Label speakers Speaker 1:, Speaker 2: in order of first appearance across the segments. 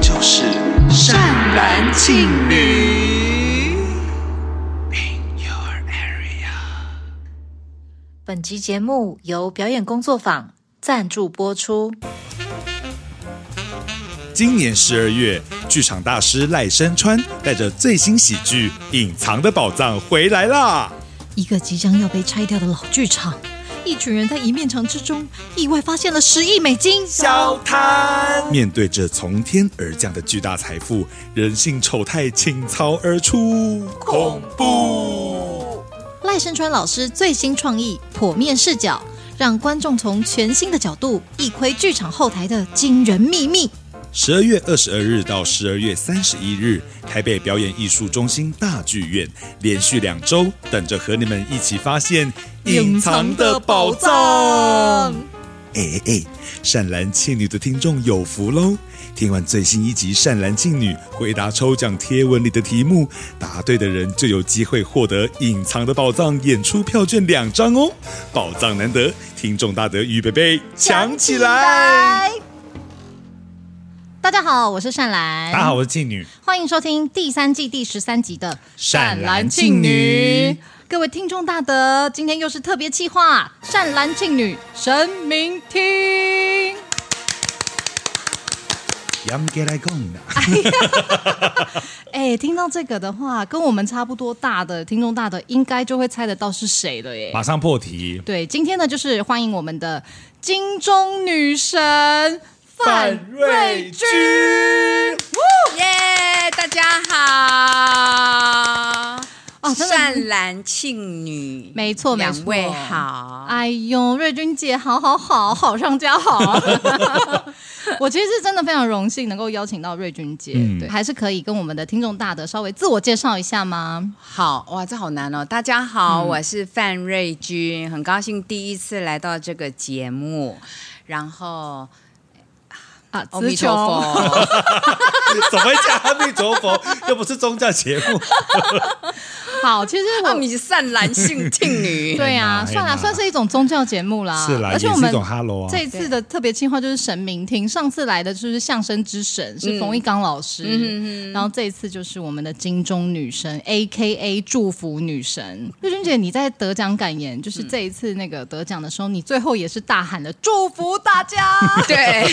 Speaker 1: 就是善男信女。In your area，
Speaker 2: 本集节目由表演工作坊赞助播出。
Speaker 3: 今年十二月，剧场大师赖声川带着最新喜剧《隐藏的宝藏》回来啦！
Speaker 4: 一个即将要被拆掉的老剧场，一群人在一面墙之中意外发现了十亿美金。
Speaker 1: 小摊
Speaker 3: 面对这从天而降的巨大财富，人性丑态倾巢而出。
Speaker 1: 恐怖。
Speaker 4: 赖声川老师最新创意“剖面视角”，让观众从全新的角度一窥剧场后台的惊人秘密。
Speaker 3: 十二月二十二日到十二月三十一日，台北表演艺术中心大剧院连续两周，等着和你们一起发现隐藏的宝藏。哎哎哎，善男信女的听众有福喽！听完最新一集《善男信女》，回答抽奖贴文里的题目，答对的人就有机会获得隐藏的宝藏演出票券两张哦！宝藏难得，听众大德预备备，抢起来！！
Speaker 4: 大家好，我是善兰。
Speaker 3: 大家好，我是庆女。
Speaker 4: 欢迎收听第三季第十三集的《
Speaker 3: 善男信女》。
Speaker 4: 各位听众大德，今天又是特别企划《善男信女神明听》。
Speaker 3: 严格来讲啦，
Speaker 4: 哎，听到这个的话，跟我们差不多大的听众大德，应该就会猜得到是谁了耶。
Speaker 3: 马上破题。
Speaker 4: 对，今天呢，就是欢迎我们的金钟女神范瑞君。
Speaker 5: 耶大家好！
Speaker 4: 哦真的
Speaker 5: 善男信女，
Speaker 4: 没错没错
Speaker 5: 两位好。
Speaker 4: 哎呦，瑞君姐，好好好，好上加 好。啊我其实是真的非常荣幸能够邀请到瑞君姐，
Speaker 3: 嗯
Speaker 4: 对，还是可以跟我们的听众大德稍微自我介绍一下吗？
Speaker 5: 好哇，这好难哦！大家好，我是范瑞君，很高兴第一次来到这个节目。然后，
Speaker 4: 啊，
Speaker 5: 阿
Speaker 4: 词
Speaker 5: 弥陀
Speaker 4: 穷，
Speaker 5: 佛，
Speaker 3: 怎么会讲阿弥陀佛？又不是宗教节 目。
Speaker 4: 好，其实
Speaker 5: 阿
Speaker 4: 我。
Speaker 5: 弥善男信庆女。
Speaker 4: 对啊，
Speaker 3: 哎呀
Speaker 4: 算
Speaker 3: 哎呀
Speaker 4: 啦，算是一种宗教节目啦。
Speaker 3: 是啦
Speaker 4: 而且
Speaker 3: 也
Speaker 4: 我
Speaker 3: 是一
Speaker 4: 们
Speaker 3: 种 hello 啊
Speaker 4: 这一次的特别计划就是神明厅，上次来的就是相声之神，是
Speaker 5: 嗯
Speaker 4: 冯一刚老师。然后这一次就是我们的金钟女神，A K A 祝福女神。
Speaker 5: 嗯
Speaker 4: 瑞君姐，你在得奖感言，就是这一次那个得奖的时候，你最后也是大喊了祝福大家。
Speaker 5: 对，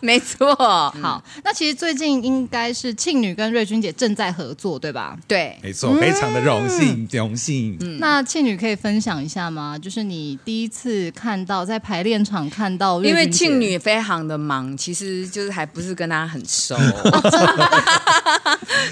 Speaker 5: 没错。好，
Speaker 4: 好，那其实最近应该是庆女跟瑞君姐正在合作，对吧？
Speaker 5: 对，
Speaker 3: 没错，非常的荣
Speaker 4: 嗯
Speaker 3: 幸，荣幸。
Speaker 5: 嗯
Speaker 4: 那庆女可以分享一下吗？就是你第一次看到在排练场看到瑞君
Speaker 5: 因
Speaker 4: 姐，
Speaker 5: 为庆女非常的忙，其实就是还不是跟她很熟。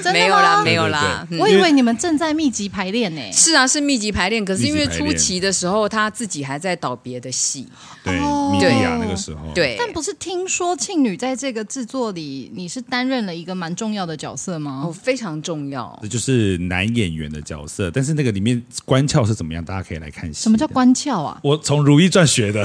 Speaker 4: 真的吗
Speaker 5: 没有啦，没有啦。
Speaker 3: 对
Speaker 5: 嗯
Speaker 4: 我以为你们正在密集排练呢、
Speaker 5: 是啊，是密集排练，可是因为
Speaker 3: 密集排
Speaker 5: 初
Speaker 3: 练
Speaker 5: 期的时候，他自己还在导别的戏，
Speaker 3: 对，
Speaker 4: 哦
Speaker 3: 米利亚
Speaker 4: 对
Speaker 3: 那个时候，，
Speaker 5: 对，
Speaker 4: 但不是听说庆女在这个制作里，你是担任了一个蛮重要的角色
Speaker 5: 哦
Speaker 4: 吗？
Speaker 5: 非常重要
Speaker 3: 这。就是男演员的角色。但是那个里面关窍是怎么样，大家可以来看戏。
Speaker 4: 什么叫？关窍啊？
Speaker 3: 我从《如懿传》学的，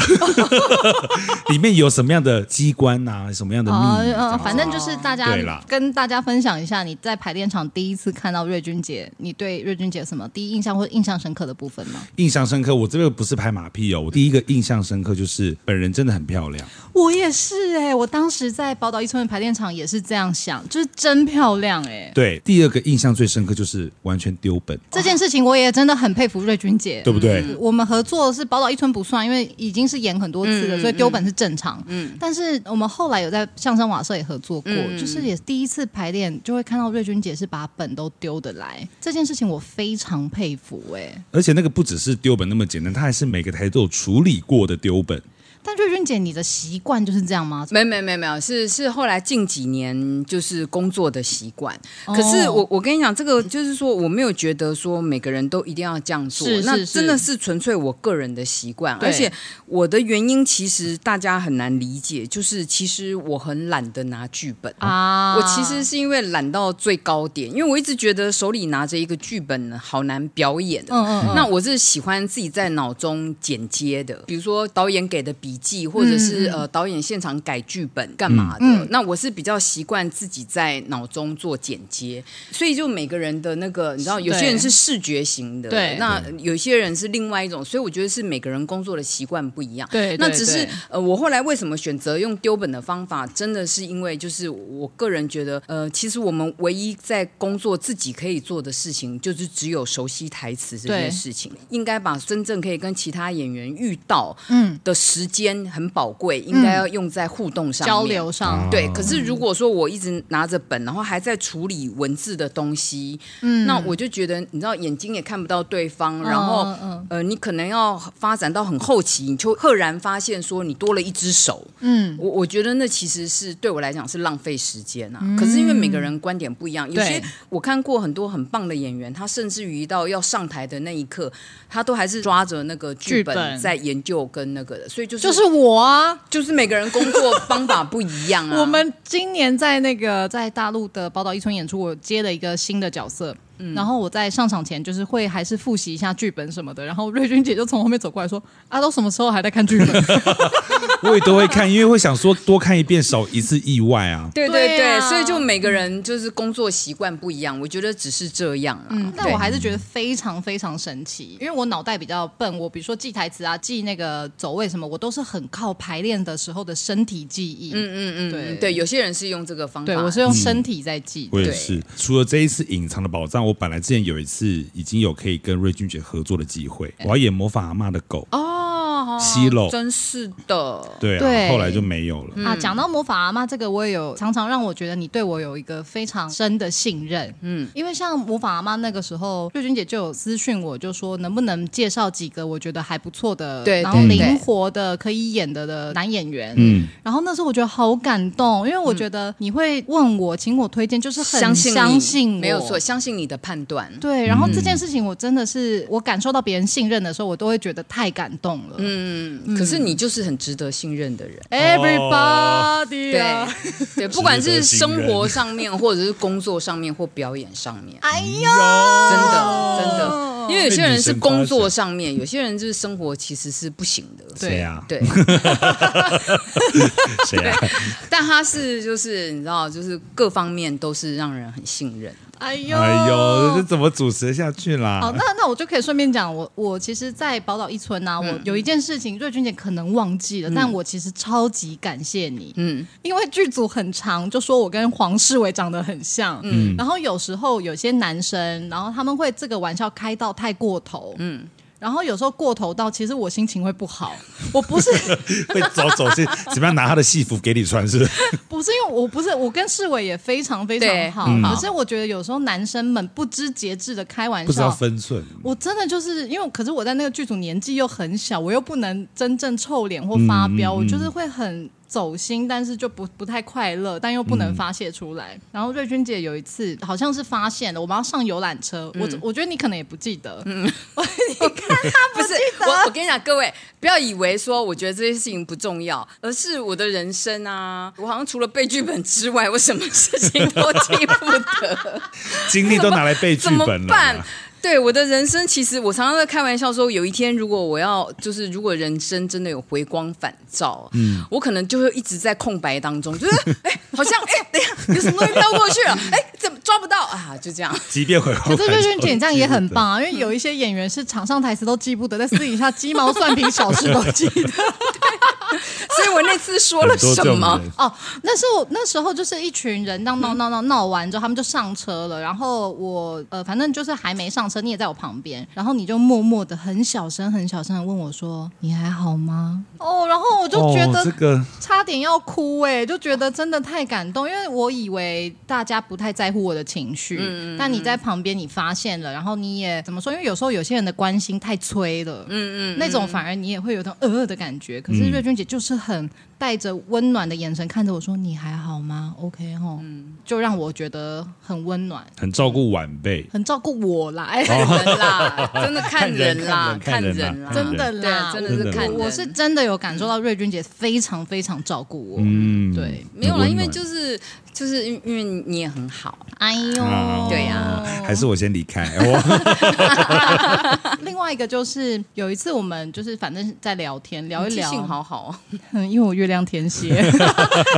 Speaker 3: 里面有什么样的机关啊，什么样的
Speaker 4: 啊
Speaker 3: 秘密？
Speaker 4: 呃，反正就是大家
Speaker 3: 对啦
Speaker 4: 跟大家分享一下，你在排练场第一次看到瑞君姐，你对瑞君姐有什么第一印象或印象深刻的部分吗？
Speaker 3: 印象深刻。我这个不是拍马屁哦，我第一个印象深刻就是本人真的很漂亮。
Speaker 4: 我也是哎、我当时在宝岛一村的排练场也是这样想，就是真漂亮哎、
Speaker 3: 对，第二个印象最深刻就是完全丢本，
Speaker 4: 这件事情我也真的很佩服瑞君姐，嗯
Speaker 3: 对不对？
Speaker 4: 我们合作是宝岛一村不算，因为已经是演很多次了，所以丢本是正常。嗯，但是我们后来有在相声瓦舍也合作过，就是也第一次排练就会看到瑞君姐是把本都丢得来，这件事情我非常佩服哎、
Speaker 3: 而且那个不只是丢本那么简单，它还是每个台都有处理过的丢本。
Speaker 4: 但瑞君姐，你的习惯就是这样吗？
Speaker 5: 没没没没有，是是后来近几年就是工作的习惯。
Speaker 4: 哦
Speaker 5: 可是我我跟你讲，这个就是说我没有觉得说每个人都一定要这样做，
Speaker 4: 是是
Speaker 5: 那
Speaker 4: 是
Speaker 5: 真的是纯粹我个人的习惯。
Speaker 4: 对
Speaker 5: 而且我的原因其实大家很难理解，就是其实我很懒得拿剧本
Speaker 4: 啊
Speaker 5: 我其实是因为懒到最高点，因为我一直觉得手里拿着一个剧本呢，好难表演。啊
Speaker 4: 嗯嗯嗯
Speaker 5: 那我是喜欢自己在脑中剪接的，比如说导演给的笔笔记，或者
Speaker 4: 嗯
Speaker 5: 是、呃导演现场改剧本干嘛的。那我是比较习惯自己在脑中做剪接，所以就每个人的那个，你知道，有些人是视觉型的，
Speaker 4: 对
Speaker 5: 那有些人是另外一种，所以我觉得是每个人工作的习惯不一样。
Speaker 4: 对对
Speaker 5: 那只是
Speaker 4: 对
Speaker 5: 呃，我后来为什么选择用丢本的方法，真的是因为就是我个人觉得，呃，其实我们唯一在工作自己可以做的事情，就是只有熟悉台词这
Speaker 4: 对
Speaker 5: 件事情，应该把真正可以跟其他演员遇到
Speaker 4: 嗯
Speaker 5: 的时间很宝贵，应该要用在互动上面
Speaker 4: 交流
Speaker 3: 啊
Speaker 4: 上，
Speaker 5: 对，可是如果说我一直拿着本，然后还在处理文字的东西，嗯，那我就觉得你知道眼睛也看不到对方，然后、
Speaker 4: 嗯嗯
Speaker 5: 呃，你可能要发展到很后期，你就赫然发现说你多了一只手。
Speaker 4: 嗯，
Speaker 5: 我我觉得那其实是对我来讲是浪费时间啊。可是因为每个人观点不一样，有些
Speaker 4: 嗯对
Speaker 5: 我看过很多很棒的演员，他甚至于到要上台的那一刻，他都还是抓着那个剧
Speaker 4: 剧
Speaker 5: 本
Speaker 4: 本
Speaker 5: 在研究跟那个的，所以就是
Speaker 4: 就是我啊。
Speaker 5: 就是每个人工作方法不一样 啊。
Speaker 4: 我们今年在那个在大陆的宝岛一村演出，我接了一个新的角色。然后我在上场前就是会还是复习一下剧本什么的，然后瑞君姐就从后面走过来说：“啊，都什么时候还在看剧本？
Speaker 3: 我也都会看，因为会想说多看一遍少一次意外啊。
Speaker 5: 对
Speaker 4: 对
Speaker 5: 对对，
Speaker 4: 啊
Speaker 5: 所以就每个人就是工作习惯不一样，我觉得只是这样啊。
Speaker 4: 嗯，但
Speaker 5: 对
Speaker 4: 我还是觉得非常非常神奇，因为我脑袋比较笨，我比如说记台词啊、记那个走位什么，我都是很靠排练的时候的身体记忆。嗯嗯，
Speaker 5: 嗯
Speaker 4: 对
Speaker 5: 嗯对，有些人是用这个方法，
Speaker 4: 对我是用身体在记。
Speaker 3: 我也是，除了这一次隐藏的宝藏，我本来之前有一次已经有可以跟瑞君姐合作的机会，我要演魔法阿嬷的狗，
Speaker 5: 哦，
Speaker 3: 西楼
Speaker 5: 真是的，
Speaker 3: 对啊，
Speaker 4: 对
Speaker 3: 后来就没有
Speaker 5: 嗯
Speaker 3: 了。
Speaker 4: 啊，讲到魔法阿妈这个，我也有常常让我觉得你对我有一个非常深的信任。嗯，因为像魔法阿妈那个时候，瑞君姐就有私讯我，就说能不能介绍几个我觉得还不错的，
Speaker 5: 对
Speaker 4: 然后
Speaker 5: 对
Speaker 4: 灵
Speaker 5: 对
Speaker 4: 活的可以演的的男演员。
Speaker 3: 嗯，
Speaker 4: 然后那时候我觉得好感动，因为我觉得你会问我，请我推荐，就是很
Speaker 5: 嗯相信你
Speaker 4: 相信我
Speaker 5: 没有错，。嗯相信你的判断。
Speaker 4: 对，然后这件事情我真的是，我感受到别人信任的时候，我都会觉得太感动了。
Speaker 5: 嗯，可是你就是很值得信任的人。
Speaker 4: Everybody，、
Speaker 5: 哦对
Speaker 4: 啊
Speaker 5: 对，不管是
Speaker 3: 值得信
Speaker 5: 生
Speaker 3: 任
Speaker 5: 活上面，或者是工作上面，或表演上面，
Speaker 4: 哎呀，
Speaker 5: 真的真的，因为有些人是工作上面，有些人就是生活其实是不行的。
Speaker 3: 谁啊？
Speaker 5: 对，
Speaker 3: 谁啊？
Speaker 5: 但他是就是你知道，就是各方面都是让人很信任。
Speaker 4: 哎呦，
Speaker 3: 哎呦，这怎么主持下去
Speaker 4: 好，
Speaker 3: 啦？
Speaker 4: 那那我就可以顺便讲，我我其实，在宝岛一村啊，
Speaker 3: 嗯
Speaker 4: 我有一件事情，瑞君姐可能忘记了，但我其实超级感谢你，嗯，因为剧组很长，就说我跟黄世伟长得很像，嗯，然后有时候有些男生，然后他们会这个玩笑开到太过头，嗯。然后有时候过头到，其实我心情会不好。我不 是
Speaker 3: 会走走是怎么样拿他的戏服给你 穿？是不是？
Speaker 4: 不是因为我不是我跟世伟也非常非常
Speaker 5: 对
Speaker 4: 好，
Speaker 5: 嗯
Speaker 4: 可是我觉得有时候男生们不知节制的开玩
Speaker 3: 不知道
Speaker 4: 笑，
Speaker 3: 分寸。
Speaker 4: 我真的就是因为，可是我在那个剧组年纪又很小，我又不能真正臭脸或发飙，
Speaker 3: 嗯嗯
Speaker 4: 我就是会很走心，但是就不不太快乐，但又不
Speaker 3: 嗯
Speaker 4: 能发泄出来。然后瑞君姐有一次好像是发现了，我们要上游览车，
Speaker 3: 嗯
Speaker 4: 我我觉得你可能也不记得，
Speaker 5: 不是我，我跟你讲，各位不要以为说我觉得这些事情不重要，而是我的人生啊，我好像除了背剧本之外，我什么事情都记不得，
Speaker 3: 精力都拿来背剧
Speaker 5: 怎么
Speaker 3: 本了
Speaker 5: 办
Speaker 3: 啦。？
Speaker 5: 对我的人生，其实我常常在开玩笑说，有一天如果我要，就是如果人生真的有回光返照，嗯，我可能就会一直在空白当中，就是 哎、好像哎、等一下有什么东西飘过去了，哎、怎么抓不到啊？就这样。
Speaker 3: 即便回
Speaker 4: 可是瑞君姐这样也很棒啊，因为有一些演员是场上台词都记不得，在私底下鸡毛蒜皮小事都记得。
Speaker 5: 所以我那次说了
Speaker 3: 很多这
Speaker 5: 什
Speaker 3: 种
Speaker 5: 么？
Speaker 3: 人
Speaker 4: 哦，那是我那时候就是一群人，闹闹闹闹闹完之后，他们就上车了。然后我呃，反正就是还没上车，你也在我旁边，然后你就默默的很小声、很小声的问我说：“你还好吗？”哦，然后我就觉
Speaker 3: 哦、
Speaker 4: 得
Speaker 3: 这个
Speaker 4: 差点要哭哎、就觉得真的太感动，因为我以为大家不太在乎我的情绪，
Speaker 5: 嗯
Speaker 4: 但你在旁边你发现了，然后你也怎么说？因为有时候有些
Speaker 5: 嗯
Speaker 4: 人的关心太催了，嗯嗯，那种反而你也会有一种呃呃的感觉。可是瑞君姐就是很肯带着温暖的眼神看着我说：“你还好吗？”OK 吼，
Speaker 5: 嗯
Speaker 4: 就让我觉得很温暖，
Speaker 3: 很照顾晚辈，
Speaker 4: 很照顾我啦。哎、
Speaker 5: 人啦，真的看人啦，
Speaker 3: 看人看人
Speaker 5: 人啦，
Speaker 3: 看
Speaker 4: 嗯真的啦，
Speaker 5: 对，啊真的是看人。
Speaker 4: 我是真的有感受到瑞君姐非常非常照顾我。
Speaker 3: 嗯，
Speaker 4: 对，
Speaker 5: 没有啦，
Speaker 3: 很温暖
Speaker 5: 因为就是就是因为你也很好，
Speaker 4: 哎呦，
Speaker 3: 啊
Speaker 5: 对呀
Speaker 3: 还是我先离开，
Speaker 5: 啊
Speaker 3: 我
Speaker 4: 另外一个就是有一次我们就是反正在聊天聊一
Speaker 5: 记
Speaker 4: 聊，
Speaker 5: 性好好哦。
Speaker 4: 嗯， 因为我月亮天蝎，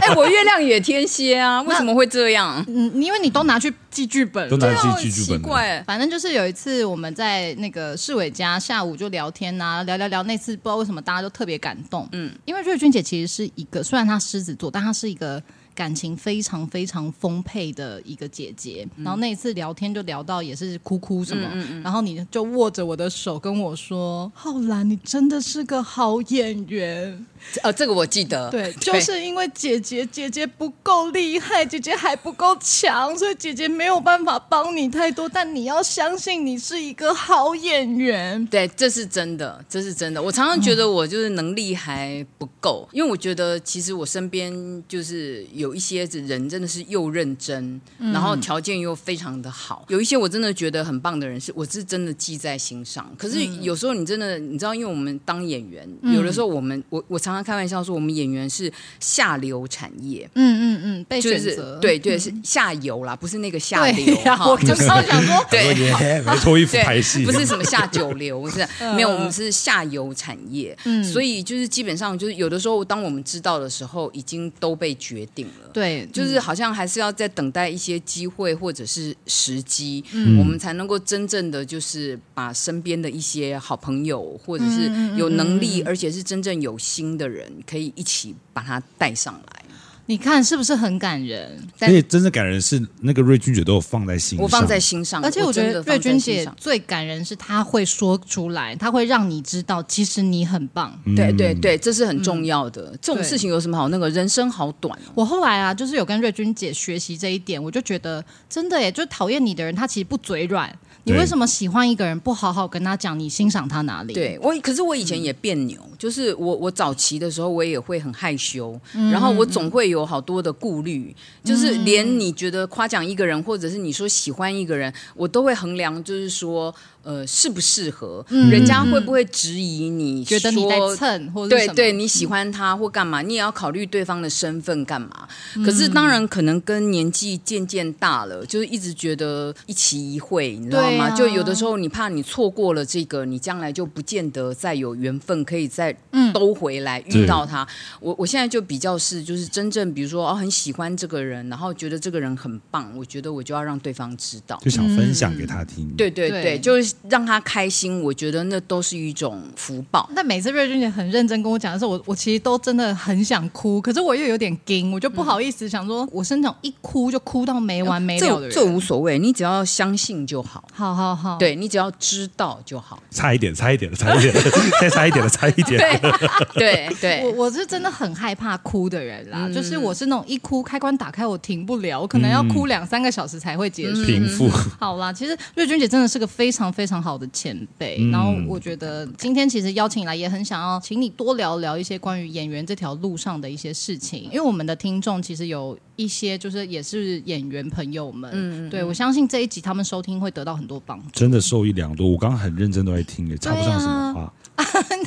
Speaker 5: 哎，我月亮也天蝎啊，为什么会这样？
Speaker 4: 嗯，因为你都拿去记剧本
Speaker 3: 都
Speaker 4: 了。
Speaker 3: 拿
Speaker 5: 对啊
Speaker 3: 去剧剧
Speaker 5: 奇
Speaker 3: 本了，
Speaker 5: 怪，
Speaker 4: 反正就是有一次我们在那个市委家下午就聊天呐、聊聊聊。那次不知道为什么大家都特别感动，嗯，因为瑞君姐其实是一个虽然她狮子座，但她是一个感情非常非常丰沛的一个姐姐。然后那一次聊天就聊到也是哭哭什么，然后你就握着我的手跟我说：“浩然，你真的是个好演员。”
Speaker 5: 呃，这个我记得，
Speaker 4: 对，就是因为姐姐姐姐不够厉害，姐姐还不够强，所以姐姐没有办法帮你太多。但你要相信，你是一个好演员。
Speaker 5: 对，这是真的，这是真的。我常常觉得我就是能力还不够，
Speaker 4: 嗯
Speaker 5: 因为我觉得其实我身边就是有一些人真的是又认真，
Speaker 4: 嗯
Speaker 5: 然后条件又非常的好。有一些我真的觉得很棒的人，是我是真的记在心上。可是
Speaker 4: 嗯
Speaker 5: 有时候你真的，你知道，因为我们当演员，有的时候我们我我常常开玩笑说，我们演员是下流产业。
Speaker 4: 嗯嗯嗯，被
Speaker 5: 就
Speaker 4: 选
Speaker 5: 是
Speaker 4: 择，
Speaker 5: 对对是下游啦，不是那个下
Speaker 4: 对
Speaker 5: 流
Speaker 4: 呀、
Speaker 5: 哈。
Speaker 4: 我刚刚想说，
Speaker 5: 对，
Speaker 3: 耶，没脱衣服
Speaker 5: 对，
Speaker 3: 拍戏，
Speaker 5: 不是什么下九 流，不是没有，我们是下游产业，
Speaker 4: 嗯
Speaker 5: 所以就是基本上就是有的时候，当我们知道的时候，已经都被决定了。
Speaker 4: 对，就
Speaker 5: 就是是好像还是要再等待一些机会或者是时机，
Speaker 4: 嗯
Speaker 5: 我们才能够真正的就是把身边的一些好朋友或者
Speaker 4: 嗯
Speaker 5: 是有能力、而且是真正有心的人，可以一起把他带上来。
Speaker 4: 你看是不是很感人？
Speaker 3: 而且真的感人是那个瑞君姐都有放在心上，
Speaker 5: 嗯我放在心上，
Speaker 4: 而且我觉得
Speaker 5: 真的
Speaker 4: 瑞
Speaker 5: 放在
Speaker 4: 君
Speaker 5: 心
Speaker 4: 姐
Speaker 5: 上
Speaker 4: 最感人是她会说出来，她会让你知道，其实你很棒。
Speaker 5: 对对
Speaker 4: 嗯
Speaker 5: 对，这是很重要的。这种事情有什么好那个？人生好短哦。
Speaker 4: 我后来啊，就是有跟瑞君姐学习这一点，我就觉得真的耶，就讨厌你的人，他其实不嘴软。你
Speaker 3: 对
Speaker 4: 为什么喜欢一个人，不好好跟他讲你欣赏他哪里？，嗯
Speaker 5: 对我，可是我以前也别扭，就是我我早期的时候，我也会很害羞，
Speaker 4: 嗯
Speaker 5: 然后我总会有好多的顾虑，就是连你觉得夸奖一个人，或者是你说喜欢一个人，我都会衡量，就是说，呃，适不适合，
Speaker 4: 嗯
Speaker 5: 人家会不会质疑你，
Speaker 4: 觉得你在
Speaker 5: 说
Speaker 4: 蹭或者
Speaker 5: 对
Speaker 4: 什么
Speaker 5: 对，你喜欢他或干嘛，你也要考虑对方的身份干嘛。可是
Speaker 4: 嗯
Speaker 5: 当然，可能跟年纪渐渐大了，就是一直觉得一期一会，你知道
Speaker 4: 对啊
Speaker 5: 吗？就有的时候你怕你错过了这个，你将来就不见得再有缘分可以再
Speaker 4: 嗯
Speaker 5: 兜回来、遇到他。我我现在就比较是就是真正比如说哦很喜欢这个人，然后觉得这个人很棒，我觉得我就要让对方知道。
Speaker 3: 就想分享给他听，
Speaker 5: 对对
Speaker 4: 对
Speaker 5: 对，就是让他开心，我觉得那都是一种福报。
Speaker 4: 但每次瑞君姐很认真跟我讲的时候，我我其实都真的很想哭，可是我又有点惊，我就不好意思，想说我是那种一哭就哭到没完没了的人。哦
Speaker 5: 这这无所谓，你只要相信就好。
Speaker 4: 好好好，，
Speaker 5: 对你只要知道就好。
Speaker 3: 差一点，差一点了，差 一点了，再差一点了，差一点了，
Speaker 5: 对
Speaker 4: 我
Speaker 5: 对
Speaker 4: 我是真的很害怕哭的人啦，
Speaker 5: 嗯
Speaker 4: 就是我是那种一哭开关打开我停不了，我可能要哭两三个小时才会结束。
Speaker 3: 平复。
Speaker 4: 好啦，其实瑞君姐真的是个非常非常好的前辈，
Speaker 3: 嗯
Speaker 4: 然后我觉得今天其实邀请你来也很想要请你多聊聊一些关于演员这条路上的一些事情，因为我们的听众其实有一些就是也是演员朋友们，
Speaker 5: 嗯
Speaker 4: 对我相信这一集他们收听会得到很多帮助。
Speaker 3: 真的受益良多，我刚刚很认真都在听
Speaker 5: 啊
Speaker 3: 耶，插不上什么话，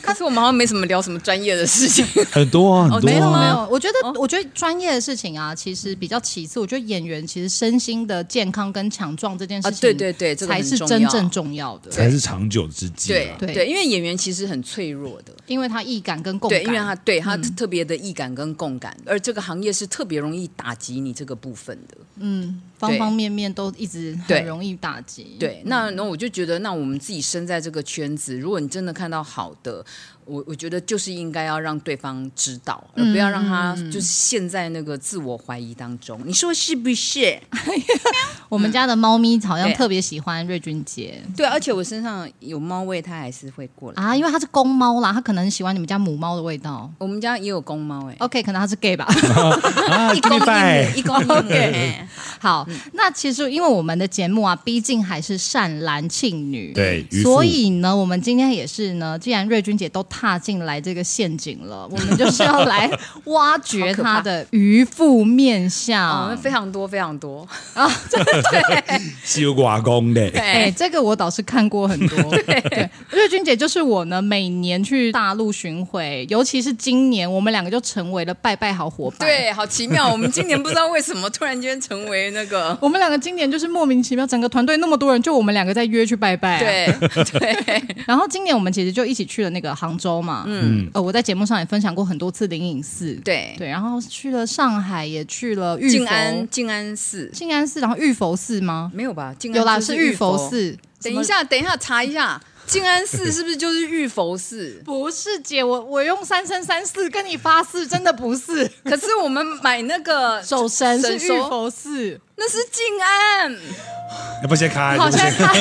Speaker 5: 可是我们好像没什么聊什么专业的 事情。
Speaker 3: 很多啊，很多
Speaker 5: 哦没有
Speaker 4: 没
Speaker 5: 吗
Speaker 3: 啊，
Speaker 4: 有，我觉得、我觉得专业的事情啊，其实比较其次。我觉得演员其实身心的健康跟强壮这件事
Speaker 5: 啊
Speaker 4: 情，
Speaker 5: 对对对这个
Speaker 4: 才
Speaker 5: 很
Speaker 4: 是
Speaker 5: 重
Speaker 4: 真
Speaker 5: 要
Speaker 4: 正重要的。
Speaker 3: 才是长久之计
Speaker 5: 对
Speaker 3: 啊。
Speaker 4: 对
Speaker 5: 对，因为演员其实很脆弱的。
Speaker 4: 因为他易感跟共感，嗯
Speaker 5: 对，因为他对他特别的易感跟共感，而这个行业是特别容易打击你这个部分
Speaker 4: 嗯
Speaker 5: 的。
Speaker 4: 方方面面都一直
Speaker 5: 对
Speaker 4: 很容易打击。
Speaker 5: 对，那那我就觉得，那我们自己身在这个圈子，如果你真的看到好的，我我觉得就是应该要让对方知道，而不
Speaker 4: 嗯
Speaker 5: 要让他就是陷在那个自我怀疑当中。你说是不是？
Speaker 4: 我们家的猫咪好像
Speaker 5: 对
Speaker 4: 特别喜欢瑞君姐
Speaker 5: 对，而且我身上有猫味，它还是会过来。
Speaker 4: 啊，因为它是公猫啦，它可能喜欢你们家母猫的味道。
Speaker 5: 我们家也有公猫哎、
Speaker 4: OK，可能它是 gay 吧。 哦
Speaker 3: 啊，
Speaker 5: 一公一
Speaker 3: give me five
Speaker 5: 母，一公一 母。哎
Speaker 4: 好，那其实因为我们的节目啊，毕竟还是善男信女，
Speaker 3: 对渔夫
Speaker 4: 所以呢，我们今天也是呢，既然瑞君姐都踏进来这个陷阱了，我们就是要来挖 掘她的渔夫面
Speaker 5: 哦，
Speaker 4: 相
Speaker 5: 那。非常多非常多，
Speaker 3: 是有寡公的，
Speaker 4: 哦哎、
Speaker 5: 对，
Speaker 4: 这个我倒是看过很多。 对，瑞君姐就是我呢，每年去大陆巡回，尤其是今年，我们两个就成为了拜拜好伙伴。
Speaker 5: 对，好奇妙。我们今年不知道为什么突然间成为那 个，
Speaker 4: 我们两个今年就是莫名其妙，整个团队那么多人，就我们两个在约去拜拜、啊。
Speaker 5: 对 对，
Speaker 4: 然后今年我们其实就一起去了那个杭州嘛，嗯，呃，我在节目上也分享过很多次灵隐寺，
Speaker 5: 对
Speaker 4: 对，然后去了上海，也去了玉
Speaker 5: 静
Speaker 4: 佛
Speaker 5: 安静安寺
Speaker 4: 静安寺，然后玉佛寺吗？
Speaker 5: 没有吧？静安
Speaker 4: 有啦，
Speaker 5: 寺
Speaker 4: 是
Speaker 5: 玉
Speaker 4: 玉佛。寺。
Speaker 5: 等
Speaker 4: 什么？
Speaker 5: 一，下，等一下，查一下，静安寺是不是就是玉佛寺
Speaker 4: 不是姐，我我用三生三世跟你发誓，真的不是
Speaker 5: 可是我们买那个
Speaker 4: 手神是
Speaker 5: 神
Speaker 4: 玉
Speaker 5: 手，
Speaker 4: 佛寺，
Speaker 5: 那是静安，
Speaker 3: 要不先开，
Speaker 4: 好
Speaker 3: 要不
Speaker 4: 像
Speaker 3: 先
Speaker 4: 看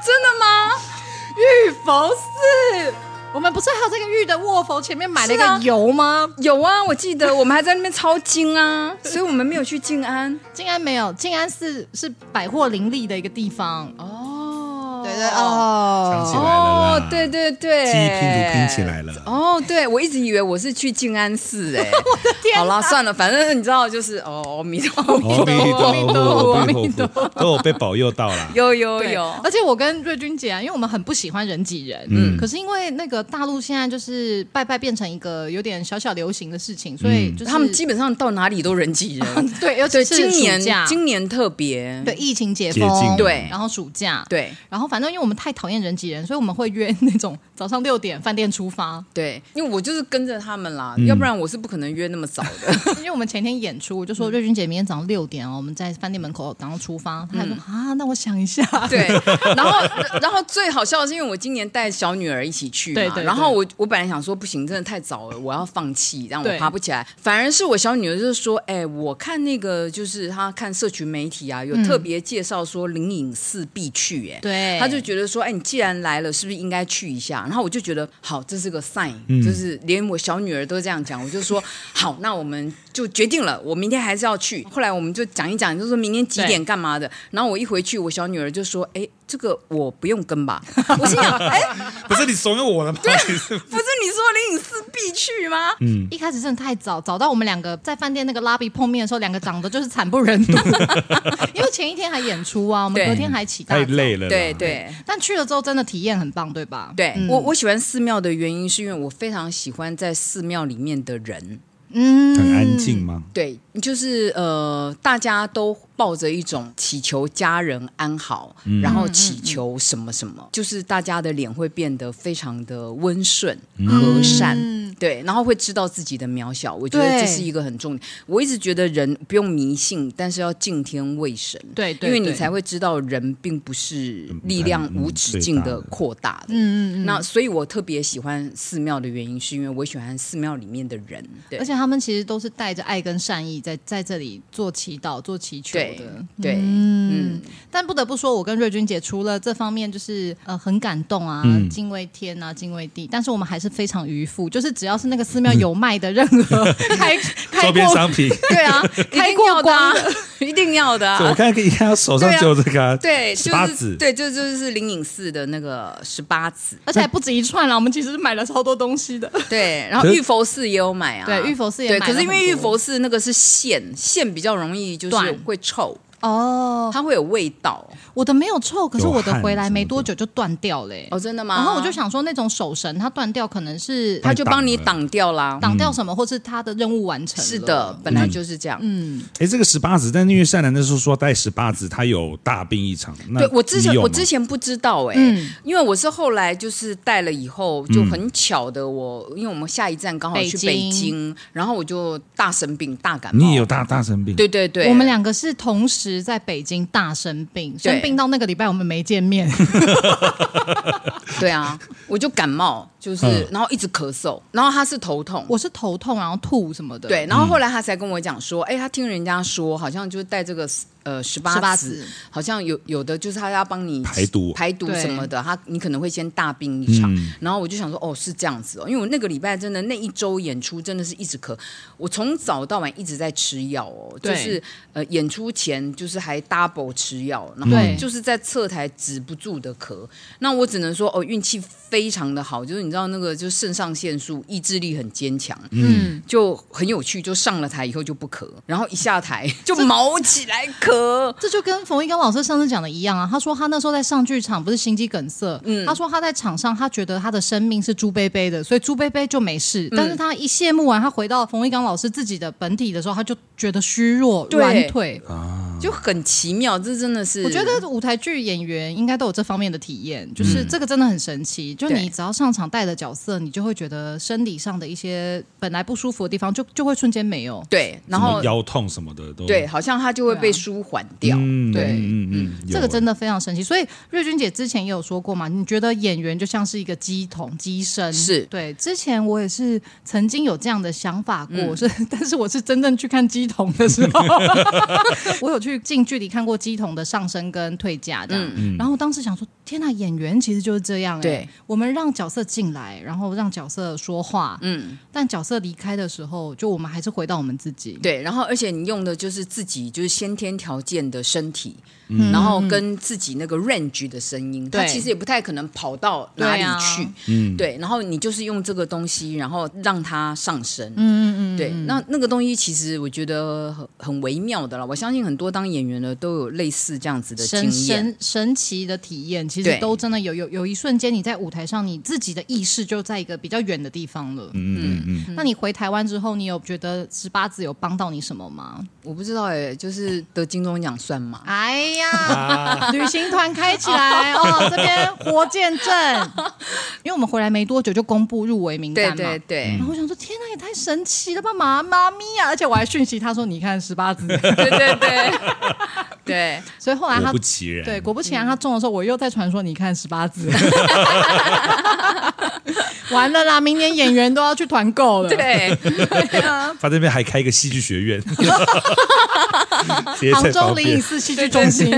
Speaker 5: 真的吗？
Speaker 4: 玉佛寺。我们不是还有这个玉的卧佛前面买了一
Speaker 5: 是
Speaker 4: 个
Speaker 5: 啊
Speaker 4: 油吗？
Speaker 5: 有啊，我记得我们还在那边抄 经啊，所以我们没有去静安。
Speaker 4: 静安没有，静安寺是百货林立的一个地方。
Speaker 5: 哦，
Speaker 4: 对对哦，
Speaker 3: 想起来了
Speaker 5: 哦
Speaker 3: 啦，，
Speaker 5: 对对对，
Speaker 3: 记忆拼图拼起来了。
Speaker 5: 哦，对，我一直以为我是去静安寺哎、我的天！好啦，算了，反正你知道，就是哦，阿弥陀
Speaker 3: 阿
Speaker 5: 佛，
Speaker 3: 弥陀佛，
Speaker 4: 阿
Speaker 3: 阿
Speaker 4: 弥
Speaker 3: 弥
Speaker 4: 陀佛
Speaker 3: 陀佛，都有被保佑到啦。
Speaker 5: 有有
Speaker 4: 对
Speaker 5: 有，
Speaker 4: 而且我跟瑞君姐啊，因为我们很不喜欢人挤人，嗯，可是因为那个大陆现在就是拜拜变成一个有点小小流行的事情，所以就是、
Speaker 5: 他们基本上到哪里都人挤人。
Speaker 4: 对，尤其
Speaker 5: 对，
Speaker 4: 是
Speaker 5: 今
Speaker 4: 暑
Speaker 5: 年
Speaker 4: 假
Speaker 5: 今年特别，
Speaker 4: 对疫情解
Speaker 3: 解
Speaker 4: 封，
Speaker 3: 禁
Speaker 5: 对
Speaker 4: 然后暑假，，
Speaker 5: 对
Speaker 4: 然后反正因为我们太讨厌人挤人，所以我们会约那种早上六点饭店出发，
Speaker 5: 对，因为我就是跟着他们啦，
Speaker 3: 嗯
Speaker 5: 要不然我是不可能约那么早的。
Speaker 4: 因为我们前天演出，我就
Speaker 5: 嗯
Speaker 4: 说瑞君姐明天早上六点哦，我们在饭店门口然后出发，
Speaker 5: 嗯
Speaker 4: 她还说、啊，那我想一 下，
Speaker 5: 对，然后然后最好笑的是，因为我今年带小女儿一起去嘛，
Speaker 4: 对对对
Speaker 5: 然后我我本来想说不行，真的太早了，我要放弃，让
Speaker 4: 对
Speaker 5: 我爬不起来。反而是我小女儿就是说，哎，我看那个就是她看社群媒体啊，有特别介绍说灵隐寺必去、哎，
Speaker 4: 嗯对
Speaker 5: 她就觉得说，哎，你既然来了，是不是应该去一下？然后我就觉得好，这是个 sign，、就是连我小女儿都这样讲，我就说好，那我们就决定了，我明天还是要去。后来我们就讲一讲，就说明天几
Speaker 4: 对
Speaker 5: 点干嘛的。然后我一回去，我小女儿就说，哎。这个我不用跟 吧，我心想，哎、
Speaker 3: 不是你怂恿我了吗？你是
Speaker 5: 不是你说灵隐寺必去吗？
Speaker 3: 嗯
Speaker 4: 一开始真的太早，早到我们两个在饭店那个拉比碰面的时候，两个长得就是惨不忍 睹。因为前一天还演出啊，我们
Speaker 5: 对
Speaker 4: 隔天还起大
Speaker 3: 太
Speaker 4: 早。
Speaker 3: 累了啦，
Speaker 5: 对对
Speaker 4: 但去了之后真的体验很棒，对吧？嗯
Speaker 5: 对，我我喜欢寺庙的原因是因为我非常喜欢在寺庙里面的人，
Speaker 3: 很安静吗？
Speaker 5: 对，就是呃，大家都抱着一种祈求家人安好，然后
Speaker 4: 嗯
Speaker 5: 祈求什么什么，就是大家的脸会变得非常的温顺、和善，对，然后会知道自己的渺小。我觉得
Speaker 4: 嗯对
Speaker 5: 这是一个很重点。我一直觉得人不用迷信，但是要敬天畏神，
Speaker 4: 对对
Speaker 5: 因为你
Speaker 4: 对
Speaker 5: 才会知道人并不是力量无止境的扩大的。嗯嗯那所以我特别喜欢寺庙的原因，是因为我喜欢寺庙里面的人，对
Speaker 4: 而。且他们其实都是带着爱跟善意在在这里做祈祷、做祈求
Speaker 5: 对
Speaker 4: 的。嗯
Speaker 5: 对，
Speaker 4: 但不得不说，我跟瑞君姐除了这方面就是呃很感动啊，
Speaker 3: 嗯
Speaker 4: 敬畏天啊，敬畏地，但是我们还是非常愚夫，就是只要是那个寺庙有卖的任何 开开
Speaker 3: 嗯 周边
Speaker 4: 过
Speaker 3: 商品，
Speaker 5: 对啊，
Speaker 4: 开啊
Speaker 5: 开
Speaker 4: 过
Speaker 5: 过
Speaker 4: 光
Speaker 5: 光啊 一定要的、
Speaker 3: 对我
Speaker 5: 啊。
Speaker 3: 看一看他手上就有这个啊
Speaker 5: 对，
Speaker 3: 十
Speaker 5: 就
Speaker 3: 八
Speaker 5: 是
Speaker 3: 子，
Speaker 5: 对，就就是灵隐寺的那个十 八子，
Speaker 4: 而且还不止一串啦，我们其实买了超多东西的。
Speaker 5: 对，然后
Speaker 3: 可是
Speaker 5: 玉佛寺也有买啊，
Speaker 4: 对玉佛寺也
Speaker 5: 对，
Speaker 4: 买了
Speaker 5: 可是因为
Speaker 4: 很多
Speaker 5: 玉佛寺那个是线，线比较容易就是
Speaker 4: 断
Speaker 5: 会臭，
Speaker 4: 哦，
Speaker 5: 它会有味道。
Speaker 4: 我的没有臭，可是
Speaker 3: 有
Speaker 4: 我的
Speaker 3: 汗
Speaker 4: 回来
Speaker 3: 什么
Speaker 4: 没
Speaker 3: 的
Speaker 4: 多久就断掉嘞、
Speaker 5: 哦，真的吗？
Speaker 4: 然后我就，想说，那种手绳它断掉，可能是
Speaker 5: 他就帮你
Speaker 3: 太嗯
Speaker 5: 挡掉啦。
Speaker 4: 挡掉什么，或是它的任务完成了
Speaker 5: 是的，，本来就是这样。
Speaker 3: 哎，这个十八子，但因为善男那时候说带十八子，他有大病一场。那
Speaker 5: 对我之前
Speaker 3: 你有吗
Speaker 5: 我之前不知道哎、因为我是后来就是带了以后就很巧的我，因为我们下一站刚好去北
Speaker 4: 北
Speaker 5: 京，然后我就大生病大感冒，
Speaker 3: 你也有大大生病，
Speaker 5: 对对对，
Speaker 4: 我们两个是同时在北京大生病，
Speaker 5: 对
Speaker 4: 生病到那个礼拜我们没见面，
Speaker 5: 对啊，我就感冒，就是、
Speaker 3: 嗯
Speaker 5: 然后一直咳嗽，然后他是头痛，
Speaker 4: 我是头痛，然后吐什么的。
Speaker 5: 对，，
Speaker 3: 嗯
Speaker 5: 然后后来他才跟我讲说，哎、他听人家说，好像就是带这个呃十八
Speaker 4: 18
Speaker 5: 子
Speaker 4: 子，
Speaker 5: 好像有有的就是他要帮你
Speaker 3: 排毒
Speaker 5: 排毒
Speaker 4: 对
Speaker 5: 什么的，他你可能会先大病一场。
Speaker 3: 嗯
Speaker 5: 然后我就想说，哦，是这样子哦，因为我那个礼拜真的那一周演出真的是一直咳，我从早到晚一直在吃药哦，就
Speaker 4: 对
Speaker 5: 是呃演出前就是还 double 吃药，然后
Speaker 4: 对
Speaker 5: 就是在侧台止不住的咳。那我只能说，哦，运气非常的好，就是你知道那个就是肾上腺素，意志力很坚强。
Speaker 4: 嗯，
Speaker 5: 就很有趣，就上了台以后就不咳，然后一 下台就毛起来咳。
Speaker 4: 这就跟冯一刚老师上次讲的一样啊。他说他那时候在上剧场不是心肌梗塞，
Speaker 5: 嗯
Speaker 4: 他说他在场上他觉得他的生命是朱贝贝的，所以朱贝贝就没事。
Speaker 5: 嗯
Speaker 4: 但是他一谢幕完，他回到冯一刚老师自己的本体的时候，他就觉得虚弱、
Speaker 5: 对
Speaker 4: 软腿。
Speaker 5: 就很奇妙，这真的是
Speaker 4: 我觉得舞台剧演员应该都有这方面的体验，就是这个真的很神奇。就
Speaker 5: 嗯对
Speaker 4: 你只要上场带的角色，你就会觉得生理上的一些本来不舒服的地方就，就会瞬间没有。
Speaker 5: 对，然
Speaker 3: 什么
Speaker 5: 后
Speaker 3: 腰痛什么的都
Speaker 5: 对，好像它就会
Speaker 4: 对
Speaker 5: 被
Speaker 4: 啊
Speaker 5: 舒缓掉。
Speaker 3: 嗯
Speaker 4: 对
Speaker 3: 嗯
Speaker 5: 啊
Speaker 3: 嗯嗯，
Speaker 4: 这个真
Speaker 3: 的
Speaker 4: 的非常神奇，所以瑞君姐之前也有说过嘛，你觉得演员就像是一个鸡桶、鸡身，
Speaker 5: 是
Speaker 4: 对。之前我也是曾经有这样的想法过，
Speaker 5: 嗯
Speaker 4: 是，但是我是真正去看鸡桶的时候， 我有去近距离看过鸡桶的上升跟退价这样，然后我当时想说，天呐，演员其实就是这样、欸，
Speaker 5: 嗯对，
Speaker 4: 我们让角色进来，然后让角色说话，
Speaker 5: 嗯，
Speaker 4: 但角色离开的时候，就我们还是回到我们自己，
Speaker 5: 对，然后而且你用的就是自己就是先天条件的身体，然后跟自己那个 range 的声音，它
Speaker 4: 对
Speaker 5: 其实也不太可能跑到哪里
Speaker 4: 对啊
Speaker 5: 去。
Speaker 3: 嗯
Speaker 5: 对，然后你就是用这个东西，然后让它上升。嗯嗯嗯，对，那那个东西其实我觉得很很微妙的了。我相信很多当演员的都有类似这样子的经
Speaker 4: 神
Speaker 5: 验。
Speaker 4: 神神奇的体验，其
Speaker 5: 对
Speaker 4: 实都真的有有有一瞬间，你在舞台上，你自己的意识就在一个比较远的地方了。
Speaker 3: 嗯嗯
Speaker 4: 那你回台湾之后，你有觉得十八字有帮到你什么吗？
Speaker 5: 我不知道哎、就是得金钟奖算吗？
Speaker 4: 哎
Speaker 5: 啊
Speaker 4: 呀，旅行团开起来 哦，这边活见证，因为我们回来没多久就公布入围名单
Speaker 5: 对
Speaker 4: 嘛。
Speaker 5: 对对
Speaker 4: 然后我想说，天哪，也太神奇了吧，妈妈咪呀、而且我还讯息他说，你看十八字，
Speaker 5: 对对对 对，
Speaker 4: 所以后来他
Speaker 3: 嗯，果不其然，
Speaker 4: 对，果不其然，他中的时候，我又在传说，你看十八字，完了啦！明年演员都要去团购了，，
Speaker 5: 对，
Speaker 3: 他这边还开一个戏剧学院，直接
Speaker 4: 杭
Speaker 3: 在
Speaker 4: 州
Speaker 3: 旁
Speaker 4: 灵隐
Speaker 3: 边。
Speaker 4: 寺戏剧中心。